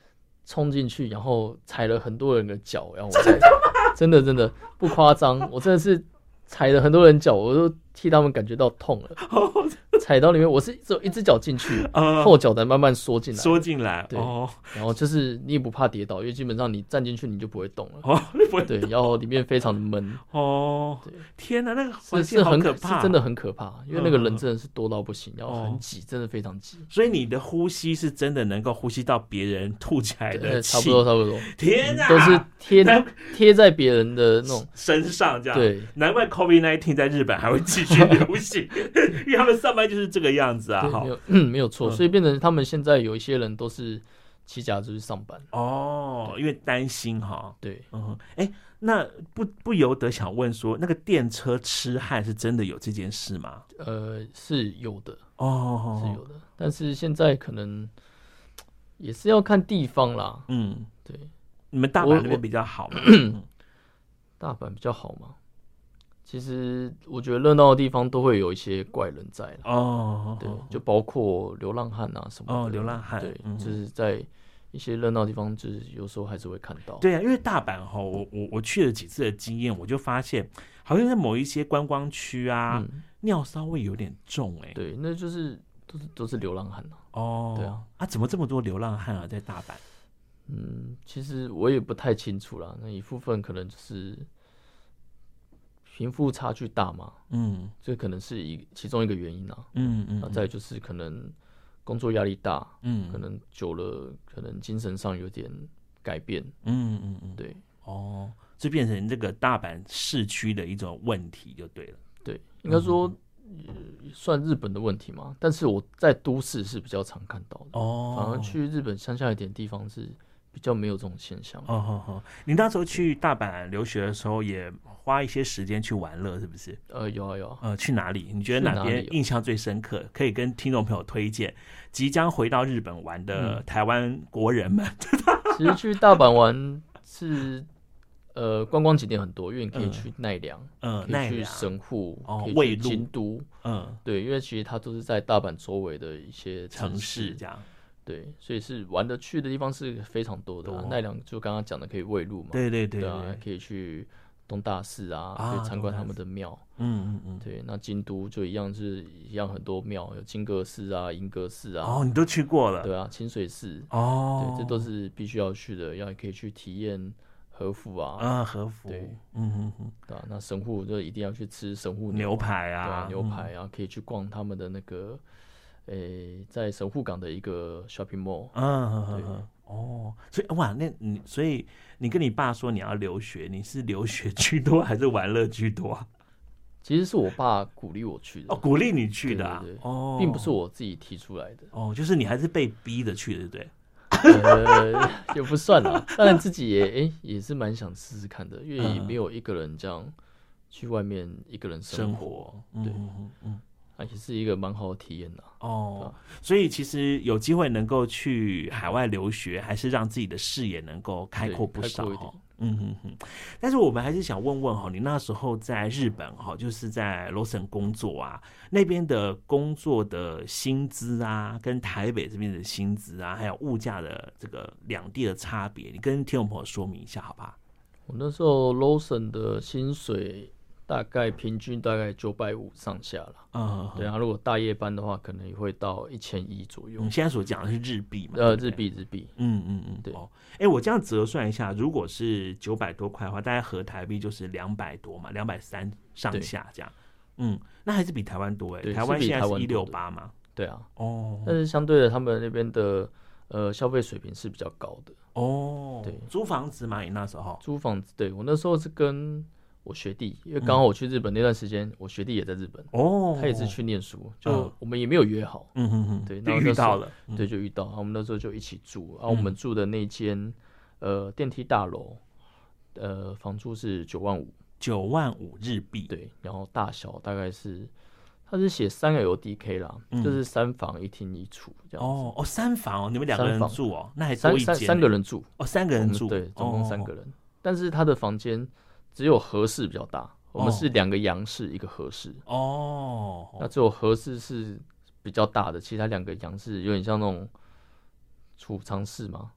Speaker 2: 冲进去，然后踩了很多人的脚，然后我才 真的真的不夸张，我真的是踩了很多人脚，我都替他们感觉到痛了。
Speaker 1: 哦
Speaker 2: 踩到里面，我是只有一只脚进去，
Speaker 1: 呃
Speaker 2: 后脚才慢慢缩进来，
Speaker 1: 缩进来，
Speaker 2: 对
Speaker 1: 哦
Speaker 2: 然后就是你也不怕跌倒，因为基本上你站进去你就不会动了。
Speaker 1: 哦，你不会
Speaker 2: 对，然后里面非常的闷，
Speaker 1: 哦
Speaker 2: 对，
Speaker 1: 天哪，那个环
Speaker 2: 是
Speaker 1: 境
Speaker 2: 是
Speaker 1: 好
Speaker 2: 很
Speaker 1: 可怕，啊
Speaker 2: 是真的。很可怕，因为那个
Speaker 1: 嗯
Speaker 2: 人
Speaker 1: 嗯
Speaker 2: 真的是多到不行，然后
Speaker 1: 哦
Speaker 2: 很挤，真的非常挤。
Speaker 1: 所以你的呼吸是真的能够呼吸到别人吐起来的
Speaker 2: 对，
Speaker 1: 气，
Speaker 2: 差不多差不多，
Speaker 1: 天啊，
Speaker 2: 都是贴
Speaker 1: 难
Speaker 2: 贴在别人的那种，
Speaker 1: 身上这样。，
Speaker 2: 对，
Speaker 1: 难怪 COVID 1 9在日本还会继续流 行，因为他们上班就是这个样子啊。
Speaker 2: 对，
Speaker 1: 哈
Speaker 2: 没，有，嗯，没有错，
Speaker 1: 嗯
Speaker 2: 所以变成他们现在有一些人都是骑脚踏车去上班，
Speaker 1: 哦，因为担心哈。
Speaker 2: 对，
Speaker 1: 嗯，哎、那不不由得想问说，那个电车痴汉是真的有这件事吗？
Speaker 2: 呃，是有的，
Speaker 1: 哦，
Speaker 2: 是有的，但是现在可能也是要看地方啦，
Speaker 1: 嗯，
Speaker 2: 对，
Speaker 1: 你们大阪
Speaker 2: 我
Speaker 1: 那边
Speaker 2: 我
Speaker 1: 比较好 嗯吗？
Speaker 2: 大阪比较好嘛。其实我觉得热闹的地方都会有一些怪人在啦，
Speaker 1: 哦，
Speaker 2: 对，就包括流浪汉啊什么的，
Speaker 1: 哦流浪汉
Speaker 2: 对，
Speaker 1: 嗯
Speaker 2: 就是在一些热闹的地方，就是有时候还是会看到，，
Speaker 1: 对啊，因为大阪哈，我我我去了几次的经验，我就发现，好像在某一些观光区啊，
Speaker 2: 嗯，
Speaker 1: 尿骚味有点重哎、
Speaker 2: 对，那就是都是都是流浪汉啊。
Speaker 1: 哦，
Speaker 2: 对啊，
Speaker 1: 啊，怎么这么多流浪汉啊，在大阪？
Speaker 2: 嗯，其实我也不太清楚啦。那一部分可能就是贫富差距大嘛，
Speaker 1: 嗯
Speaker 2: 这可能是一其中一个原因啊。
Speaker 1: 嗯嗯，
Speaker 2: 那再就是可能工作压力大，
Speaker 1: 嗯
Speaker 2: 可能久了可能精神上有点改变。
Speaker 1: 嗯嗯嗯，
Speaker 2: 对
Speaker 1: 哦，这变成这个大阪市区的一种问题就对了。
Speaker 2: 对，应该说、
Speaker 1: 嗯
Speaker 2: 呃算日本的问题嘛。但是我在都市是比较常看到的，
Speaker 1: 哦，
Speaker 2: 反而去日本乡下一点地方是比较没有这种现象。
Speaker 1: 哦好好，你那时候去大阪留学的时候，也花一些时间去玩乐，是不是？
Speaker 2: 呃，有啊有啊，
Speaker 1: 呃，去哪里？你觉得
Speaker 2: 去
Speaker 1: 哪
Speaker 2: 哪
Speaker 1: 边
Speaker 2: 里哦
Speaker 1: 印象最深刻？可以跟听众朋友推荐即将回到日本玩的
Speaker 2: 嗯
Speaker 1: 台湾国人 们。
Speaker 2: 其实去大阪玩是呃观光景点很多，因为你可以去奈良，
Speaker 1: 嗯，
Speaker 2: 可
Speaker 1: 奈
Speaker 2: 以去
Speaker 1: 良，
Speaker 2: 神户，
Speaker 1: 哦
Speaker 2: 可
Speaker 1: 卫
Speaker 2: 以去
Speaker 1: 路
Speaker 2: 京都，
Speaker 1: 嗯，
Speaker 2: 对，因为其实它都是在大阪周围的一些
Speaker 1: 城市
Speaker 2: 市，
Speaker 1: 这样。
Speaker 2: 对，所以是玩得去的地方是非常多的啊、
Speaker 1: 多
Speaker 2: 奈良就刚刚讲的可以卫路嘛，
Speaker 1: 对对对对，
Speaker 2: 啊，还可以去东大寺啊，
Speaker 1: 啊
Speaker 2: 可以参观
Speaker 1: 东大
Speaker 2: 他们的庙，
Speaker 1: 嗯嗯嗯。
Speaker 2: 对，那京都就一样是一样很多庙，有金阁寺啊、银阁寺啊，
Speaker 1: 哦，你都去过了。
Speaker 2: 对啊，清水寺，
Speaker 1: 哦，
Speaker 2: 对，这都是必须要去的，要也可以去体验和服啊，
Speaker 1: 嗯和服，
Speaker 2: 对
Speaker 1: 嗯嗯嗯，
Speaker 2: 对啊，那神户就一定要去吃神户
Speaker 1: 牛
Speaker 2: 排
Speaker 1: 排
Speaker 2: 啊，对
Speaker 1: 啊
Speaker 2: 啊，牛排啊，可以去逛他们的那个，诶、在神户港的一个 shopping mall，
Speaker 1: 嗯，嗯嗯
Speaker 2: 对
Speaker 1: 嗯，哦，所以哇，那你所以你跟你爸说你要留学，你是留学居多还是玩乐居多 啊？
Speaker 2: 其实是我爸鼓励我去的，
Speaker 1: 哦，鼓励你去的啊
Speaker 2: 对对，对
Speaker 1: 哦，，
Speaker 2: 并不是我自己提出来的
Speaker 1: 哦，就是你还是被逼的去的，对不对？
Speaker 2: 呃，也 不算啦，当然自己也诶、也是蛮想试试看的，因为也
Speaker 1: 嗯
Speaker 2: 没有一个人这样去外面一个人
Speaker 1: 生
Speaker 2: 生活，
Speaker 1: 活，嗯
Speaker 2: 对
Speaker 1: 嗯嗯嗯。
Speaker 2: 啊，也是一个蛮好的体验啊的。
Speaker 1: 哦，所以其实有机会能够去海外留学，还是让自己的视野能够开阔不少
Speaker 2: 对开阔一
Speaker 1: 哦
Speaker 2: 点。
Speaker 1: 嗯哼哼，但是我们还是想问问哈，你那时候在日本哈，就是在罗森工作啊，那边的工作的薪资啊，跟台北这边的薪资啊，还有物价的这个两地的差别，你跟听众朋友说明一下好不好？
Speaker 2: 我那时候 Lawson 的薪水大概平均大概九百五上下了。
Speaker 1: 嗯，
Speaker 2: 对啊，如果大夜班的话，可能也会到一千一左右
Speaker 1: 我。们现在所讲的是日币嘛？
Speaker 2: 呃，
Speaker 1: 对
Speaker 2: 日
Speaker 1: 不对。
Speaker 2: 币日币，
Speaker 1: 嗯嗯嗯，
Speaker 2: 对
Speaker 1: 哦，哎，我这样折算一下，如果是九百多块的话，大概合台币就是两百多嘛，两百三上
Speaker 2: 对
Speaker 1: 下这样。嗯，那还是比台湾多哎、
Speaker 2: 对
Speaker 1: 台湾
Speaker 2: 是比
Speaker 1: 现
Speaker 2: 台
Speaker 1: 在是
Speaker 2: 湾
Speaker 1: 一六
Speaker 2: 多
Speaker 1: 八嘛。
Speaker 2: 对啊。
Speaker 1: 哦，
Speaker 2: 但是相对的，他们那边的呃消费水平是比较高的。
Speaker 1: 哦，
Speaker 2: 对
Speaker 1: 租房子嘛，你那时候，
Speaker 2: 租房子，对我那时候是跟我学弟，因为刚好我去日本那段时间，我学弟也在日本，
Speaker 1: 嗯哦，
Speaker 2: 他也是，去念书，
Speaker 1: 嗯
Speaker 2: 就我们也没有约好，
Speaker 1: 嗯哼哼，
Speaker 2: 对
Speaker 1: 就
Speaker 2: 然后那时候
Speaker 1: 遇到了，嗯
Speaker 2: 对，就遇到，然后我们那时候就一起住，然后
Speaker 1: 嗯
Speaker 2: 我们住的那间呃电梯大楼，呃房租是九万五，
Speaker 1: 九万五日币，
Speaker 2: 对，然后大小大概是，它是写三个 LDK 啦，
Speaker 1: 嗯
Speaker 2: 就是三房一厅一厨这样子，
Speaker 1: 哦哦，三房哦，你们两个人
Speaker 2: 三房
Speaker 1: 住哦，那还多
Speaker 2: 三
Speaker 1: 一
Speaker 2: 三
Speaker 1: 间，
Speaker 2: 三个人住，
Speaker 1: 哦，三个
Speaker 2: 我
Speaker 1: 人
Speaker 2: 们
Speaker 1: 住，
Speaker 2: 对，总共三
Speaker 1: 哦
Speaker 2: 个人，但是他的房间只有和室比较大，我们是两个洋室一个和室。
Speaker 1: 哦，
Speaker 2: 那只有和室是比较大的，其他两个洋室有点像那种储藏室嘛，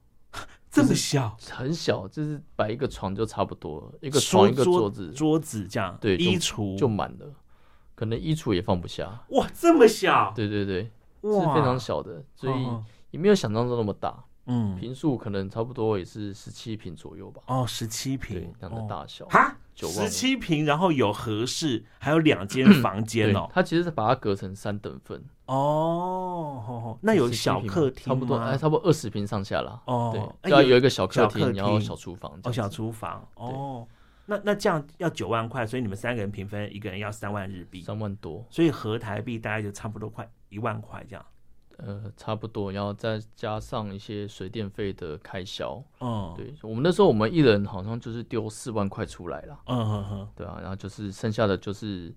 Speaker 1: 这么小，
Speaker 2: 很小，就是摆一个床就差不多了，一
Speaker 1: 一
Speaker 2: 个床一个桌子
Speaker 1: 桌子这样，
Speaker 2: 对就
Speaker 1: 衣橱
Speaker 2: 就满了，可能衣橱也放不下。
Speaker 1: 哇这么小，
Speaker 2: 对对对，是
Speaker 1: 哇，
Speaker 2: 非常小的，所以
Speaker 1: 嗯
Speaker 2: 也没有想象中那么大，
Speaker 1: 嗯，
Speaker 2: 平数可能差不多也是十七平左右吧，
Speaker 1: 哦，十七
Speaker 2: 对
Speaker 1: 平，，
Speaker 2: 那样的大小
Speaker 1: 哦。哈，
Speaker 2: 九万
Speaker 1: 十
Speaker 2: 五
Speaker 1: 七平，然后有合适，还有两 间房间
Speaker 2: 对
Speaker 1: 哦，，
Speaker 2: 它其实是把它隔成三等份，
Speaker 1: 哦，吼吼那有
Speaker 2: 17
Speaker 1: 小
Speaker 2: 平嘛
Speaker 1: 客厅
Speaker 2: 差不多，
Speaker 1: 吗
Speaker 2: 哎，差不多二十平上下啦。
Speaker 1: 哦，哎
Speaker 2: 对，要
Speaker 1: 有
Speaker 2: 有一个小客
Speaker 1: 小客
Speaker 2: 厅，然后
Speaker 1: 厅
Speaker 2: 小厨房这
Speaker 1: 哦，
Speaker 2: 样子，
Speaker 1: 小厨房哦，那那这样要九万块，所以你们三个人平分，一个人要三万日币，
Speaker 2: 三万多，
Speaker 1: 所以合台币大概就差不多快一万块这样。
Speaker 2: 呃，差不多，然后再加上一些水电费的开销。
Speaker 1: 嗯，，
Speaker 2: 对我们那时候，我们一人好像就是丢四万块出来啦，
Speaker 1: 嗯哼哼，
Speaker 2: 对啊，然后就是剩下的就是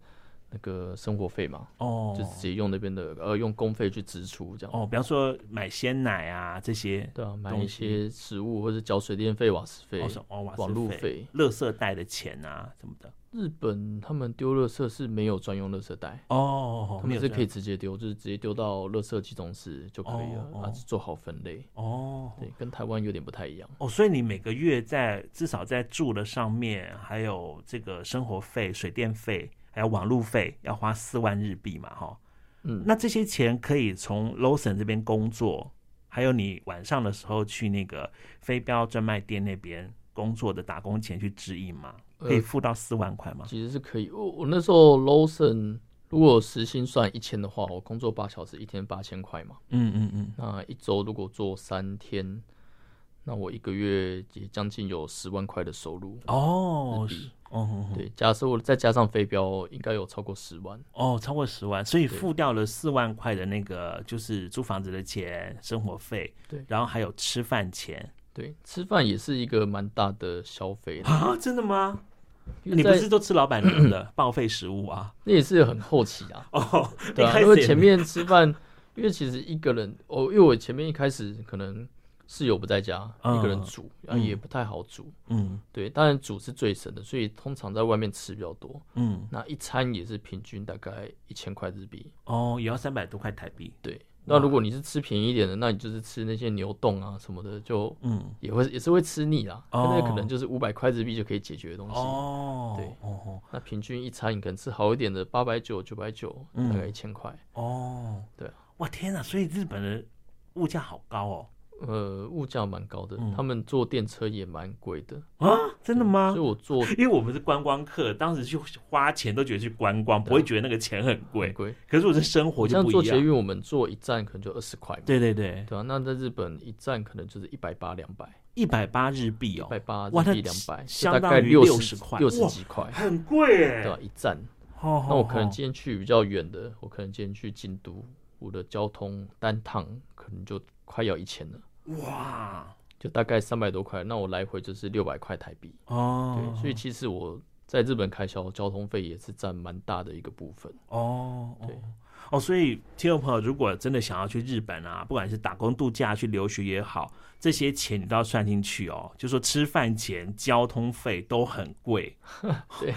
Speaker 2: 那个生活费嘛，
Speaker 1: 哦，
Speaker 2: 就直接用那边的呃用公费去支出这样。
Speaker 1: 哦，比方说买鲜奶啊这些，
Speaker 2: 对啊，买
Speaker 1: 东
Speaker 2: 一些食物或者缴水电费、瓦斯费
Speaker 1: 哦，、什么瓦斯
Speaker 2: 网路
Speaker 1: 费、
Speaker 2: 费。
Speaker 1: 垃圾袋的钱啊什么的。
Speaker 2: 日本他们丢垃圾是没有专用垃圾袋，
Speaker 1: 哦，
Speaker 2: 他
Speaker 1: 没
Speaker 2: 们
Speaker 1: 有
Speaker 2: 是
Speaker 1: 这
Speaker 2: 可以
Speaker 1: 样
Speaker 2: 直接丢，就是直接丢到垃圾集中室就可以了
Speaker 1: 哦，哦
Speaker 2: 啊，做好分类。
Speaker 1: 哦
Speaker 2: 对，跟台湾有点不太一样。
Speaker 1: 哦，所以你每个月在至少在住的上面，还有这个生活费、水电费，还有网路费，要花四万日币嘛，哈。
Speaker 2: 嗯，
Speaker 1: 那这些钱可以从 Lawson 这边工作，还有你晚上的时候去那个飞镖专卖店那边工作的打工钱去支应吗？
Speaker 2: 呃
Speaker 1: 可以付到四万块吗？
Speaker 2: 其实是可以。我我那时候 Lawson 如果时薪算一千的话，我工作八小时，一天八千块嘛。
Speaker 1: 嗯嗯嗯，
Speaker 2: 那一周如果做三天，那我一个月也将近有十万块的收入。
Speaker 1: 哦，
Speaker 2: 日
Speaker 1: 是
Speaker 2: 币
Speaker 1: 哦哦
Speaker 2: 嗯对，假设我再加上飞镖，应该有超过十万。
Speaker 1: 哦，超过十万，所以
Speaker 2: 对
Speaker 1: 付掉了四万块的那个就是租房子的钱、生活费，
Speaker 2: 对
Speaker 1: 然后还有吃饭钱
Speaker 2: 对，吃饭也是一个蛮大的消费的，
Speaker 1: 啊？真的吗？
Speaker 2: 因为
Speaker 1: 你不
Speaker 2: 在
Speaker 1: 是都吃老板娘 的报废食物啊？
Speaker 2: 那也是很后期 啊。
Speaker 1: 哦，
Speaker 2: 对
Speaker 1: 一
Speaker 2: 啊，
Speaker 1: 开始
Speaker 2: 因为
Speaker 1: 也
Speaker 2: 前面吃饭，因为其实一个人，哦，因为我前面一开始可能室友不在家，
Speaker 1: 嗯
Speaker 2: 一个人煮，啊
Speaker 1: 嗯
Speaker 2: 也不太好煮。
Speaker 1: 嗯
Speaker 2: 对，当然煮是最省的，所以通常在外面吃比较多。
Speaker 1: 嗯
Speaker 2: 那一餐也是平均大概一千块日币。
Speaker 1: 哦，也要三百多块台币，
Speaker 2: 对，那如果你是吃便宜一点的，那你就是吃那些牛冻啊什么的，就
Speaker 1: 嗯。
Speaker 2: 也会也是会吃腻啦。
Speaker 1: 哦
Speaker 2: 那可能就是五百块日币就可以解决的东西。
Speaker 1: 哦，
Speaker 2: 对
Speaker 1: 哦
Speaker 2: 那平均一餐你可能吃好一点的，八百九、九百九，
Speaker 1: 嗯
Speaker 2: 大概一千块。
Speaker 1: 哦哦，
Speaker 2: 对啊，
Speaker 1: 哇天哪！所以日本的物价好高哦
Speaker 2: 呃，物价蛮高的，
Speaker 1: 嗯
Speaker 2: 他们坐电车也蛮贵的。
Speaker 1: 啊，真的吗
Speaker 2: 所以？我坐
Speaker 1: 因为我们是观光客，当时去花钱都觉得去观光，不会觉得那个钱很
Speaker 2: 啊很
Speaker 1: 贵。
Speaker 2: 贵，
Speaker 1: 可是我的生活就
Speaker 2: 像
Speaker 1: 不
Speaker 2: 坐
Speaker 1: 一
Speaker 2: 捷
Speaker 1: 样。
Speaker 2: 运，我们坐一站可能就二十块嘛。
Speaker 1: 对对对，
Speaker 2: 对啊，那在日本一站可能就是一百八、两百、
Speaker 1: 一百八日币
Speaker 2: 一
Speaker 1: 哦
Speaker 2: 百，八、
Speaker 1: 哇那
Speaker 2: 日币两百，
Speaker 1: 相当
Speaker 2: 大概
Speaker 1: 于
Speaker 2: 六
Speaker 1: 60块
Speaker 2: 六十
Speaker 1: 哇
Speaker 2: 几块，
Speaker 1: 很贵
Speaker 2: 对啊
Speaker 1: 哎
Speaker 2: 吧、。一站。
Speaker 1: 哦
Speaker 2: 那我可能
Speaker 1: 哦
Speaker 2: 今天去比较远的，我可能今天去京都，我的交通单趟可能就快要一千了，
Speaker 1: 哇
Speaker 2: 就大概三百多块。那我来回就是六百块台币。
Speaker 1: 哦
Speaker 2: 对，，所以其实我在日本开销交通费也是占蛮大的一个部 分。
Speaker 1: 哦，
Speaker 2: 对
Speaker 1: 哦哦，所以听众朋友，如果真的想要去日本啊，不管是打工度假、去留学也好，这些钱你都要算进去哦。就说吃饭钱、交通费都很贵。
Speaker 2: 对，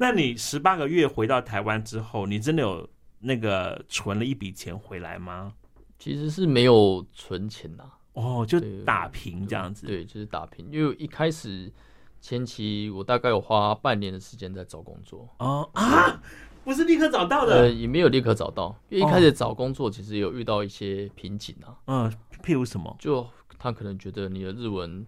Speaker 1: 那你十八个月回到台湾之后，你真的有那个存了一笔钱回来吗？
Speaker 2: 其实是没有存钱呐、
Speaker 1: 哦，就
Speaker 2: 对
Speaker 1: 打平这样子。
Speaker 2: 对，就是打拼。因为一开始前期我大概有花半年的时间在找工作，
Speaker 1: 哦啊，不是立刻找到
Speaker 2: 呃，
Speaker 1: 的，
Speaker 2: 也没有立刻找到，因为一
Speaker 1: 哦
Speaker 2: 开始找工作其实有遇到一些瓶颈啊，
Speaker 1: 嗯，譬如什么？
Speaker 2: 就他可能觉得你的日文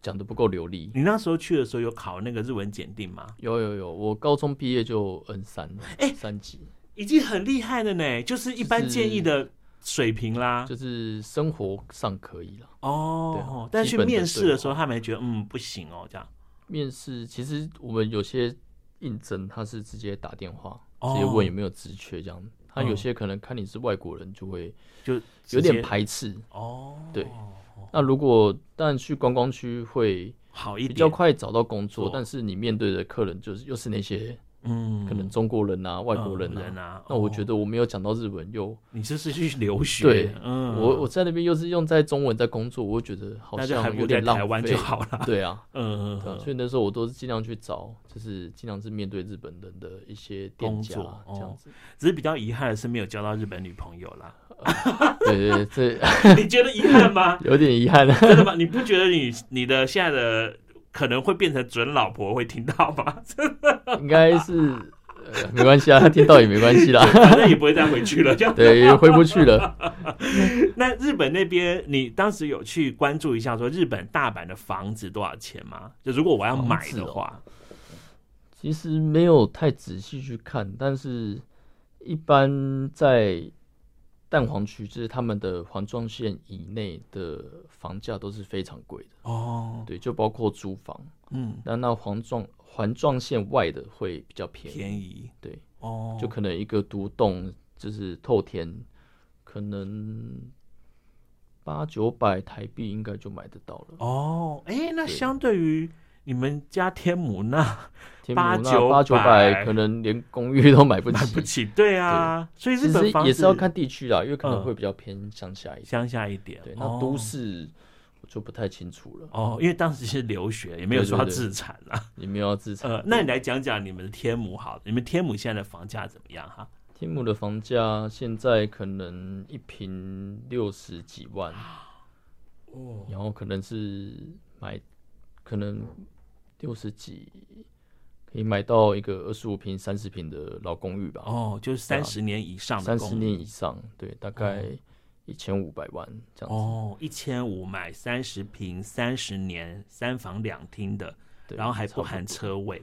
Speaker 2: 讲的不够流利。
Speaker 1: 你那时候去的时候有考那个日文检定吗？
Speaker 2: 有有有，我高中毕业就 N 三了，
Speaker 1: 哎
Speaker 2: 三级，
Speaker 1: 已经很厉害了呢，就是一般建议的水平啦。
Speaker 2: 就是生活上可以了。对
Speaker 1: 哦
Speaker 2: 啊，
Speaker 1: 但
Speaker 2: 基
Speaker 1: 去
Speaker 2: 本的
Speaker 1: 面试的时候，
Speaker 2: 对
Speaker 1: 他们还觉得嗯不行哦，这样
Speaker 2: 面试其实我们有些应征他是直接打电话，
Speaker 1: 哦
Speaker 2: 直接问有没有职缺这样。他
Speaker 1: 嗯
Speaker 2: 有些可能看你是外国人，就会
Speaker 1: 就
Speaker 2: 有
Speaker 1: 直接
Speaker 2: 点排斥。
Speaker 1: 哦，
Speaker 2: 对那如果但去观光区会
Speaker 1: 好一
Speaker 2: 比较
Speaker 1: 点，
Speaker 2: 快找到工作
Speaker 1: 做，
Speaker 2: 但是你面对的客人就是又是那些
Speaker 1: 嗯，
Speaker 2: 可能中国人啊、外国人
Speaker 1: 嗯人
Speaker 2: 啊。
Speaker 1: 啊。
Speaker 2: 那我觉
Speaker 1: 得
Speaker 2: 得我没有讲到日文，又
Speaker 1: 你这是去留学，
Speaker 2: 对
Speaker 1: 嗯，
Speaker 2: 我我在那边又是用在中文在工作，我会觉得好
Speaker 1: 那就还
Speaker 2: 像
Speaker 1: 不
Speaker 2: 有
Speaker 1: 如在
Speaker 2: 点浪
Speaker 1: 台湾
Speaker 2: 费
Speaker 1: 就。好了，
Speaker 2: 对啊，
Speaker 1: 嗯嗯
Speaker 2: 对啊所
Speaker 1: 嗯，
Speaker 2: 以那时候我都是尽量去找，就是尽量是面对日本人的一些店家
Speaker 1: 工作哦
Speaker 2: 这样子。
Speaker 1: 只是比较遗憾的是没有交到日本女朋友啦。
Speaker 2: 对对对，这
Speaker 1: 你觉得遗憾吗？
Speaker 2: 有点遗憾。啊
Speaker 1: 真的吗？你不觉得你你的现在的可能会变成准老婆会听到吗？
Speaker 2: 应该是呃，没关系啊，他听到也没关系啦。
Speaker 1: 反正也不会再回去了，这样。
Speaker 2: 对，也回不去了。
Speaker 1: 那日本那边，你当时有去关注一下说日本大阪的房子多少钱吗？就如果我要买的话，
Speaker 2: 其实没有太仔细去看，但是一般在蛋黄区，就是他们的环状线以内的房价都是非常贵的。
Speaker 1: 哦，
Speaker 2: 对，就包括租房，
Speaker 1: 嗯，
Speaker 2: 那那环状环状线外的会比较便宜。
Speaker 1: 便宜
Speaker 2: 对，
Speaker 1: 哦，
Speaker 2: 就可能一个独栋就是透天，可能八九百台币应该就买得到了。
Speaker 1: 哦，哎，那
Speaker 2: 对
Speaker 1: 相对于你们家天母那
Speaker 2: 天母那
Speaker 1: 8900
Speaker 2: 八九百可能连公寓都买不起。
Speaker 1: 买不起，对啊，所以日
Speaker 2: 其实
Speaker 1: 本房子
Speaker 2: 也是要看地区啦，因为可
Speaker 1: 嗯
Speaker 2: 能会比较偏乡下一点。
Speaker 1: 乡下一点，
Speaker 2: 对，
Speaker 1: 哦
Speaker 2: 那都市我就不太清楚了，
Speaker 1: 哦，因为当时是留学，也没有
Speaker 2: 对对
Speaker 1: 说要
Speaker 2: 对
Speaker 1: 自产啦。
Speaker 2: 你们要自产。
Speaker 1: 呃，那你来讲讲你们的天母好了，你们天母现在的房价怎么样哈？
Speaker 2: 天母的房价现在可能一平六十几万，
Speaker 1: 哦，
Speaker 2: 然后可能是买，可能六十几可以买到一个二十五平、三十平的老公寓吧，
Speaker 1: 哦，就是
Speaker 2: 对啊
Speaker 1: 三十年以上的
Speaker 2: 三
Speaker 1: 公
Speaker 2: 十
Speaker 1: 寓
Speaker 2: 年以上，对，大概一千五百万这样子。
Speaker 1: 哦，一千五买三十平、三十年、三房两厅的，
Speaker 2: 对
Speaker 1: 然后还
Speaker 2: 差不
Speaker 1: 不含
Speaker 2: 多
Speaker 1: 车位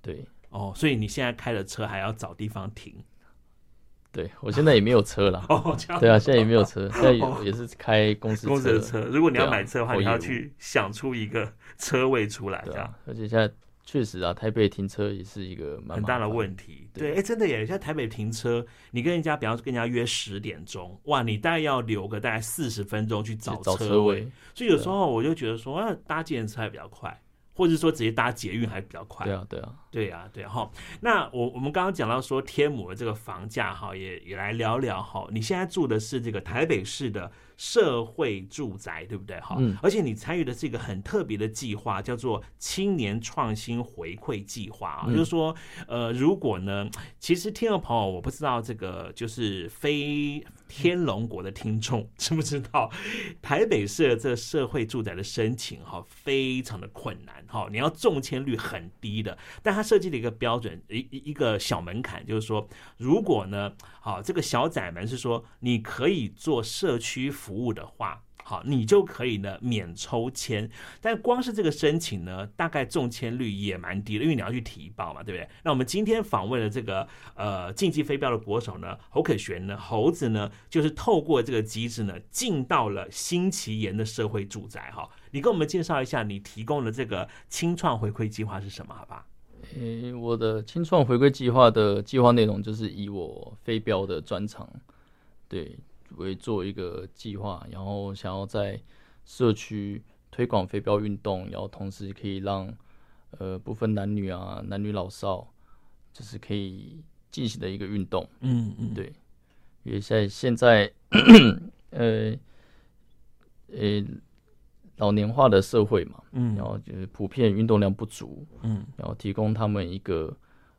Speaker 2: 对
Speaker 1: 哦，所以你现在开了车还要找地方停。
Speaker 2: 对，我现在也没有车啦
Speaker 1: 哦，这样
Speaker 2: 对啊，现在也没 有车，现在
Speaker 1: 哦
Speaker 2: 有也是开公司
Speaker 1: 公司的车，如果你要
Speaker 2: 对啊
Speaker 1: 买车的话，
Speaker 2: 或
Speaker 1: 你要
Speaker 2: 业务
Speaker 1: 去想出一个车位出来，
Speaker 2: 对
Speaker 1: 这样
Speaker 2: 啊，而且现在确实啊，台北停车也是一个蛮
Speaker 1: 很大的
Speaker 2: 麻烦
Speaker 1: 问题。
Speaker 2: 对啊
Speaker 1: 对，哎，真的耶！现在台北停车，你跟人家，比方说跟人家约十点钟，哇，你大概要留个大概四十分钟去
Speaker 2: 就是
Speaker 1: 找
Speaker 2: 找
Speaker 1: 车
Speaker 2: 车
Speaker 1: 位。
Speaker 2: 位。
Speaker 1: 所以有时候我就觉得说，啊，搭计程车还比较快，或者说直接搭捷运还比较快
Speaker 2: 对。啊，对啊，
Speaker 1: 对呀、对哈、那我我们刚刚讲到说天母的这个房价哈，也也来聊聊哈。你现在住的是这个台北市的社会住宅，对不对哈？
Speaker 2: 嗯
Speaker 1: 而且你参与的是一个很特别的计划，叫做青年创新回馈计划啊，
Speaker 2: 嗯
Speaker 1: 就是说，呃，如果呢，其实听众朋友，我不知道这个就是非天龙国的听众 知不知道，台北市的这个社会住宅的申请哈，非常的困难哈，你要中签率很低的，但它设计了一个标准，一一一个小门槛，就是说，如果呢，好这个小窄门是说你可以做社区服务的话。好，你就可以呢免抽签，但光是这个申请呢，大概中签率也蛮低的，因为你要去提报嘛，对不对？那我们今天访问的这个呃竞技飞镖的国手呢，侯可璇呢，猴子呢，就是透过这个机制呢，进到了新奇岩的社会住宅哈。你跟我们介绍一下你提供的这个清创回馈计划是什么，好吧？
Speaker 2: 诶、我的青创回归计划的计划内容就是以我飞镖的专长，对为做一个计划，然后想要在社区推广飞镖运动，然后同时可以让呃不分男女啊，男女老少，就是可以进行的一个运动。
Speaker 1: 嗯嗯
Speaker 2: 对，因为现在现在 呃呃老年化的社会嘛，
Speaker 1: 嗯
Speaker 2: 然后就是普遍运动量不足，
Speaker 1: 嗯
Speaker 2: 然后提供他们一个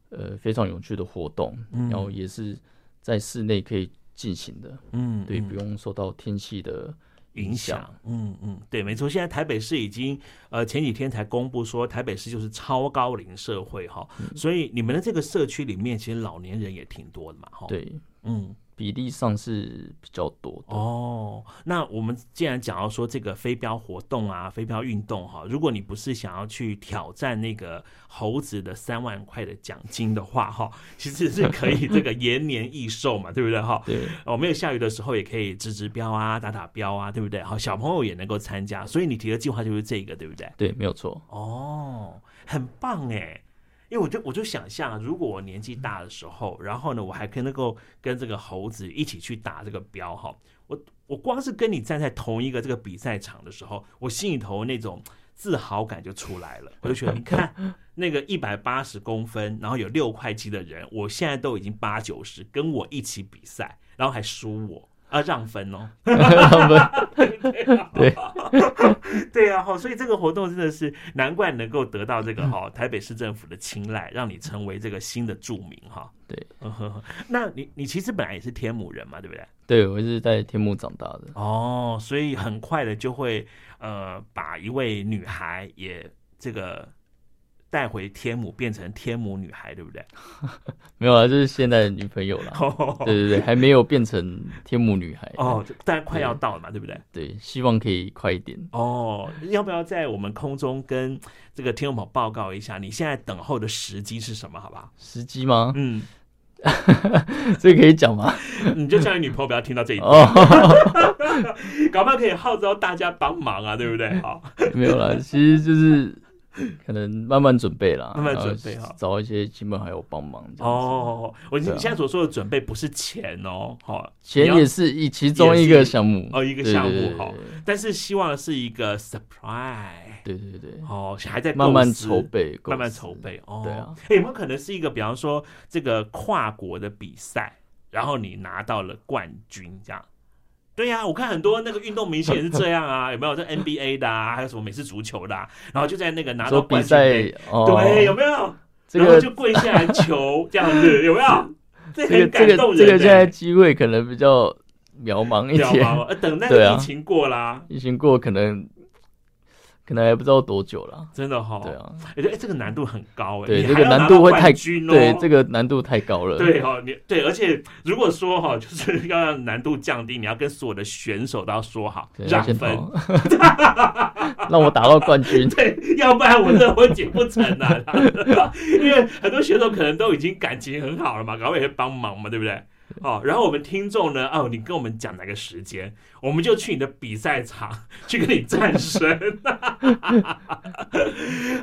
Speaker 2: 呃非常有趣的活动，
Speaker 1: 嗯
Speaker 2: 然后也是在室内可以进行的，
Speaker 1: 嗯
Speaker 2: 对，不用受到天气的
Speaker 1: 影响。嗯嗯，对，没错。现在台北市已经呃前几天才公布说，台北市就是超高龄社会哈，所以你们的这个社区里面，其实老年人也挺多的嘛哈。，
Speaker 2: 对，
Speaker 1: 嗯。
Speaker 2: 比例上是比较多的。
Speaker 1: 哦，那我们既然讲到说这个飞镖活动啊，飞镖运动哈，如果你不是想要去挑战那个猴子的三万块的奖金的话哈， 其实是可以这个延年益寿嘛，对不对哈？
Speaker 2: 对，
Speaker 1: 哦，没有下雨的时候也可以掷掷标啊，打打标啊，对不对？好，小朋友也能够参加，所以你提的计划就是这个，对不对？
Speaker 2: 对，没有错。
Speaker 1: 哦，很棒哎。因为我就我就想象，如果我年纪大的时候，然后呢，我还可以能够跟这个猴子一起去打这个标哈，我我光是跟你站在同一个这个比赛场的时候，我心里头那种自豪感就出来了。我就觉得，你看那个一百八十公分，然后有六块肌的人，我现在都已经八九十，跟我一起比赛，然后还输我啊，让分哦。
Speaker 2: 对，
Speaker 1: 对啊，哈，所以这个活动真的是难怪能够得到这个哈台北市政府的青睐，让你成为这个新的著名哈。
Speaker 2: 对
Speaker 1: 嗯哼哼，那你你其实本来也是天母人嘛，对不对？
Speaker 2: 对，我是在天幕长大的。
Speaker 1: 哦，所以很快的就会呃把一位女孩也这个带回天母，变成天母女孩，对 不对？
Speaker 2: 没有啊，就是现在的女朋友啦。 对对对，还没有变成天幕女孩。
Speaker 1: 哦，但快要到了嘛，对不对？
Speaker 2: 对，希望可以快一点。
Speaker 1: 哦，要不要在我们空中跟这个听众朋友报告一下，你现在等候的时机是什么，好不好？
Speaker 2: 时机 吗？
Speaker 1: 嗯，
Speaker 2: 这个可以讲吗？
Speaker 1: 你就叫你女朋友不要听到这一段，
Speaker 2: 哦，
Speaker 1: 搞不好可以号召大家帮忙啊，对不
Speaker 2: 嗯
Speaker 1: 对？好，
Speaker 2: 没有啦，其实就是可能慢慢准备啦，
Speaker 1: 慢慢准备
Speaker 2: 然后
Speaker 1: 好
Speaker 2: 找一些亲朋好友帮忙这样子。
Speaker 1: 哦，我你
Speaker 2: 对啊
Speaker 1: 现在所说的准备不是钱哦，好，
Speaker 2: 钱
Speaker 1: 你
Speaker 2: 也
Speaker 1: 要
Speaker 2: 是一其中一个项目，
Speaker 1: 哦一个
Speaker 2: 对
Speaker 1: 项
Speaker 2: 对
Speaker 1: 目
Speaker 2: 对
Speaker 1: 好，但是希望的是一个 surprise
Speaker 2: 对对对，
Speaker 1: 哦，还在构
Speaker 2: 慢慢
Speaker 1: 思
Speaker 2: 筹备，
Speaker 1: 慢慢
Speaker 2: 构思
Speaker 1: 筹。备哦，
Speaker 2: 对啊
Speaker 1: 诶，有没有可能是一个，比方说这个跨国的比赛，然后你拿到了冠军这样？对呀、我看很多那个运动明星也是这样 啊，有没有？这 NBA 的啊，还有什么美式足球的、啊，然后就在那个拿到
Speaker 2: 说比
Speaker 1: 冠军
Speaker 2: 赛
Speaker 1: 杯，
Speaker 2: 哦，
Speaker 1: 对，有没有？
Speaker 2: 这
Speaker 1: 然后
Speaker 2: 个
Speaker 1: 就跪下来求这样 子，有没有？这很
Speaker 2: 这个这
Speaker 1: 感
Speaker 2: 个
Speaker 1: 动
Speaker 2: 这个
Speaker 1: 人
Speaker 2: 现在
Speaker 1: 的。
Speaker 2: 机会可能比较渺茫一
Speaker 1: 知道
Speaker 2: 点，
Speaker 1: 吗？呃等那
Speaker 2: 对
Speaker 1: 个
Speaker 2: 啊
Speaker 1: 疫情过啦，
Speaker 2: 疫情过可能可能还不知道多久啦。
Speaker 1: 真的哈。
Speaker 2: 对啊，
Speaker 1: 我觉得哎这个难度很高哎，
Speaker 2: 对
Speaker 1: 你
Speaker 2: 这
Speaker 1: 还
Speaker 2: 个
Speaker 1: 要拿
Speaker 2: 难度
Speaker 1: 到
Speaker 2: 会
Speaker 1: 冠
Speaker 2: 太
Speaker 1: 军哦
Speaker 2: 对这个难度太高了。
Speaker 1: 对哦哈，你对，而且如果说哈，就是要让难度降低，你要跟所有的选手都要说好
Speaker 2: 对，
Speaker 1: 让
Speaker 2: 要先
Speaker 1: 分，
Speaker 2: 跑 让我打到冠军。
Speaker 1: 对，要不然我这婚结不成啊。因为很多选手可能都已经感情很好了嘛，搞不好也会帮忙嘛，对不对？哦，然后我们听众呢，哦，你跟我们讲哪个时间，我们就去你的比赛场去跟你战神。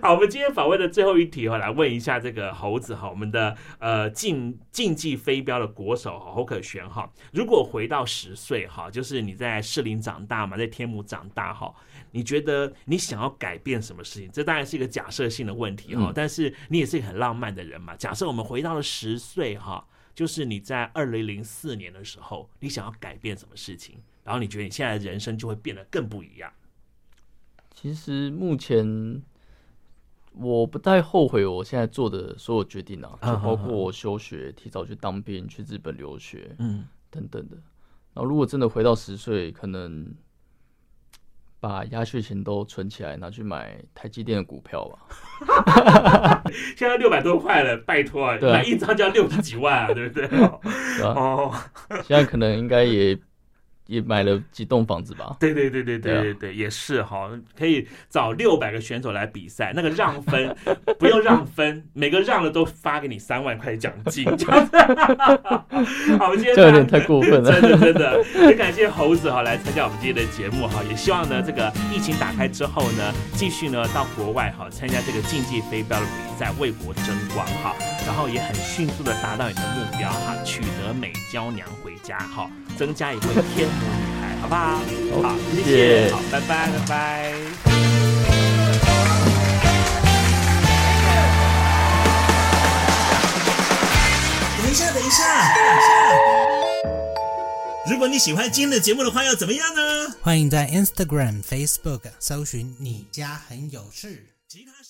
Speaker 1: 好，我们今天访问的最后一题哦，来问一下这个猴子哈，我们的呃竞竞技飞镖的国手哈侯可璇哈，如果回到十岁哈，就是你在士林长大嘛，在天母长大哈，你觉得你想要改变什么事情？这当然是一个假设性的问题哈、
Speaker 2: 嗯
Speaker 1: 但是你也是一个很浪漫的人嘛。假设我们回到了十岁哈，就是你在二零零四年的时候，你想要改变什么事情？然后你觉得你现在的人生就会变得更不一样
Speaker 2: 其实目前我不太后悔我现在做的所有决定啊，
Speaker 1: 啊
Speaker 2: 就包
Speaker 1: 啊啊
Speaker 2: 括我休学、提早去当兵、去日本留学
Speaker 1: 嗯，
Speaker 2: 等等的。然后如果真的回到十岁，可能把压岁钱都存起来，拿去买台积电的股票 吧。
Speaker 1: 现在六百多块了，拜托、啊，
Speaker 2: 对啊
Speaker 1: 买一张就要六十几万啊，对 不对？
Speaker 2: 对啊，
Speaker 1: 哦，
Speaker 2: 现在可能应该也也买了几栋房子吧。
Speaker 1: 对对对对对
Speaker 2: 对啊
Speaker 1: 对对，也是哈，可以找六百个选手来比赛，那个让分不用让分，每个让了都发给你三万块奖 金， 这样子。好，我们今天
Speaker 2: 这有点
Speaker 1: 大
Speaker 2: 太
Speaker 1: 家
Speaker 2: 过分啊了。
Speaker 1: 真的真的，很感谢猴子哈来参加我们今天的节目哈，也希望呢这个疫情打开之后呢，继续呢到国外哈参加这个竞技飞镖的比赛，为国争光哈，然后也很迅速的达到你的目标哈，取得美娇娘回家哈，增加一位天赋女孩，好不好？
Speaker 2: 好
Speaker 1: 好，
Speaker 2: 谢
Speaker 1: 谢，
Speaker 2: 谢
Speaker 1: 好，拜拜，拜拜。
Speaker 3: 等一下，等一下，
Speaker 1: 如果你喜欢今天的节目的话，要怎么样呢？
Speaker 3: 欢迎在 Instagram、Facebook 搜寻“你家很有事”。
Speaker 1: 其他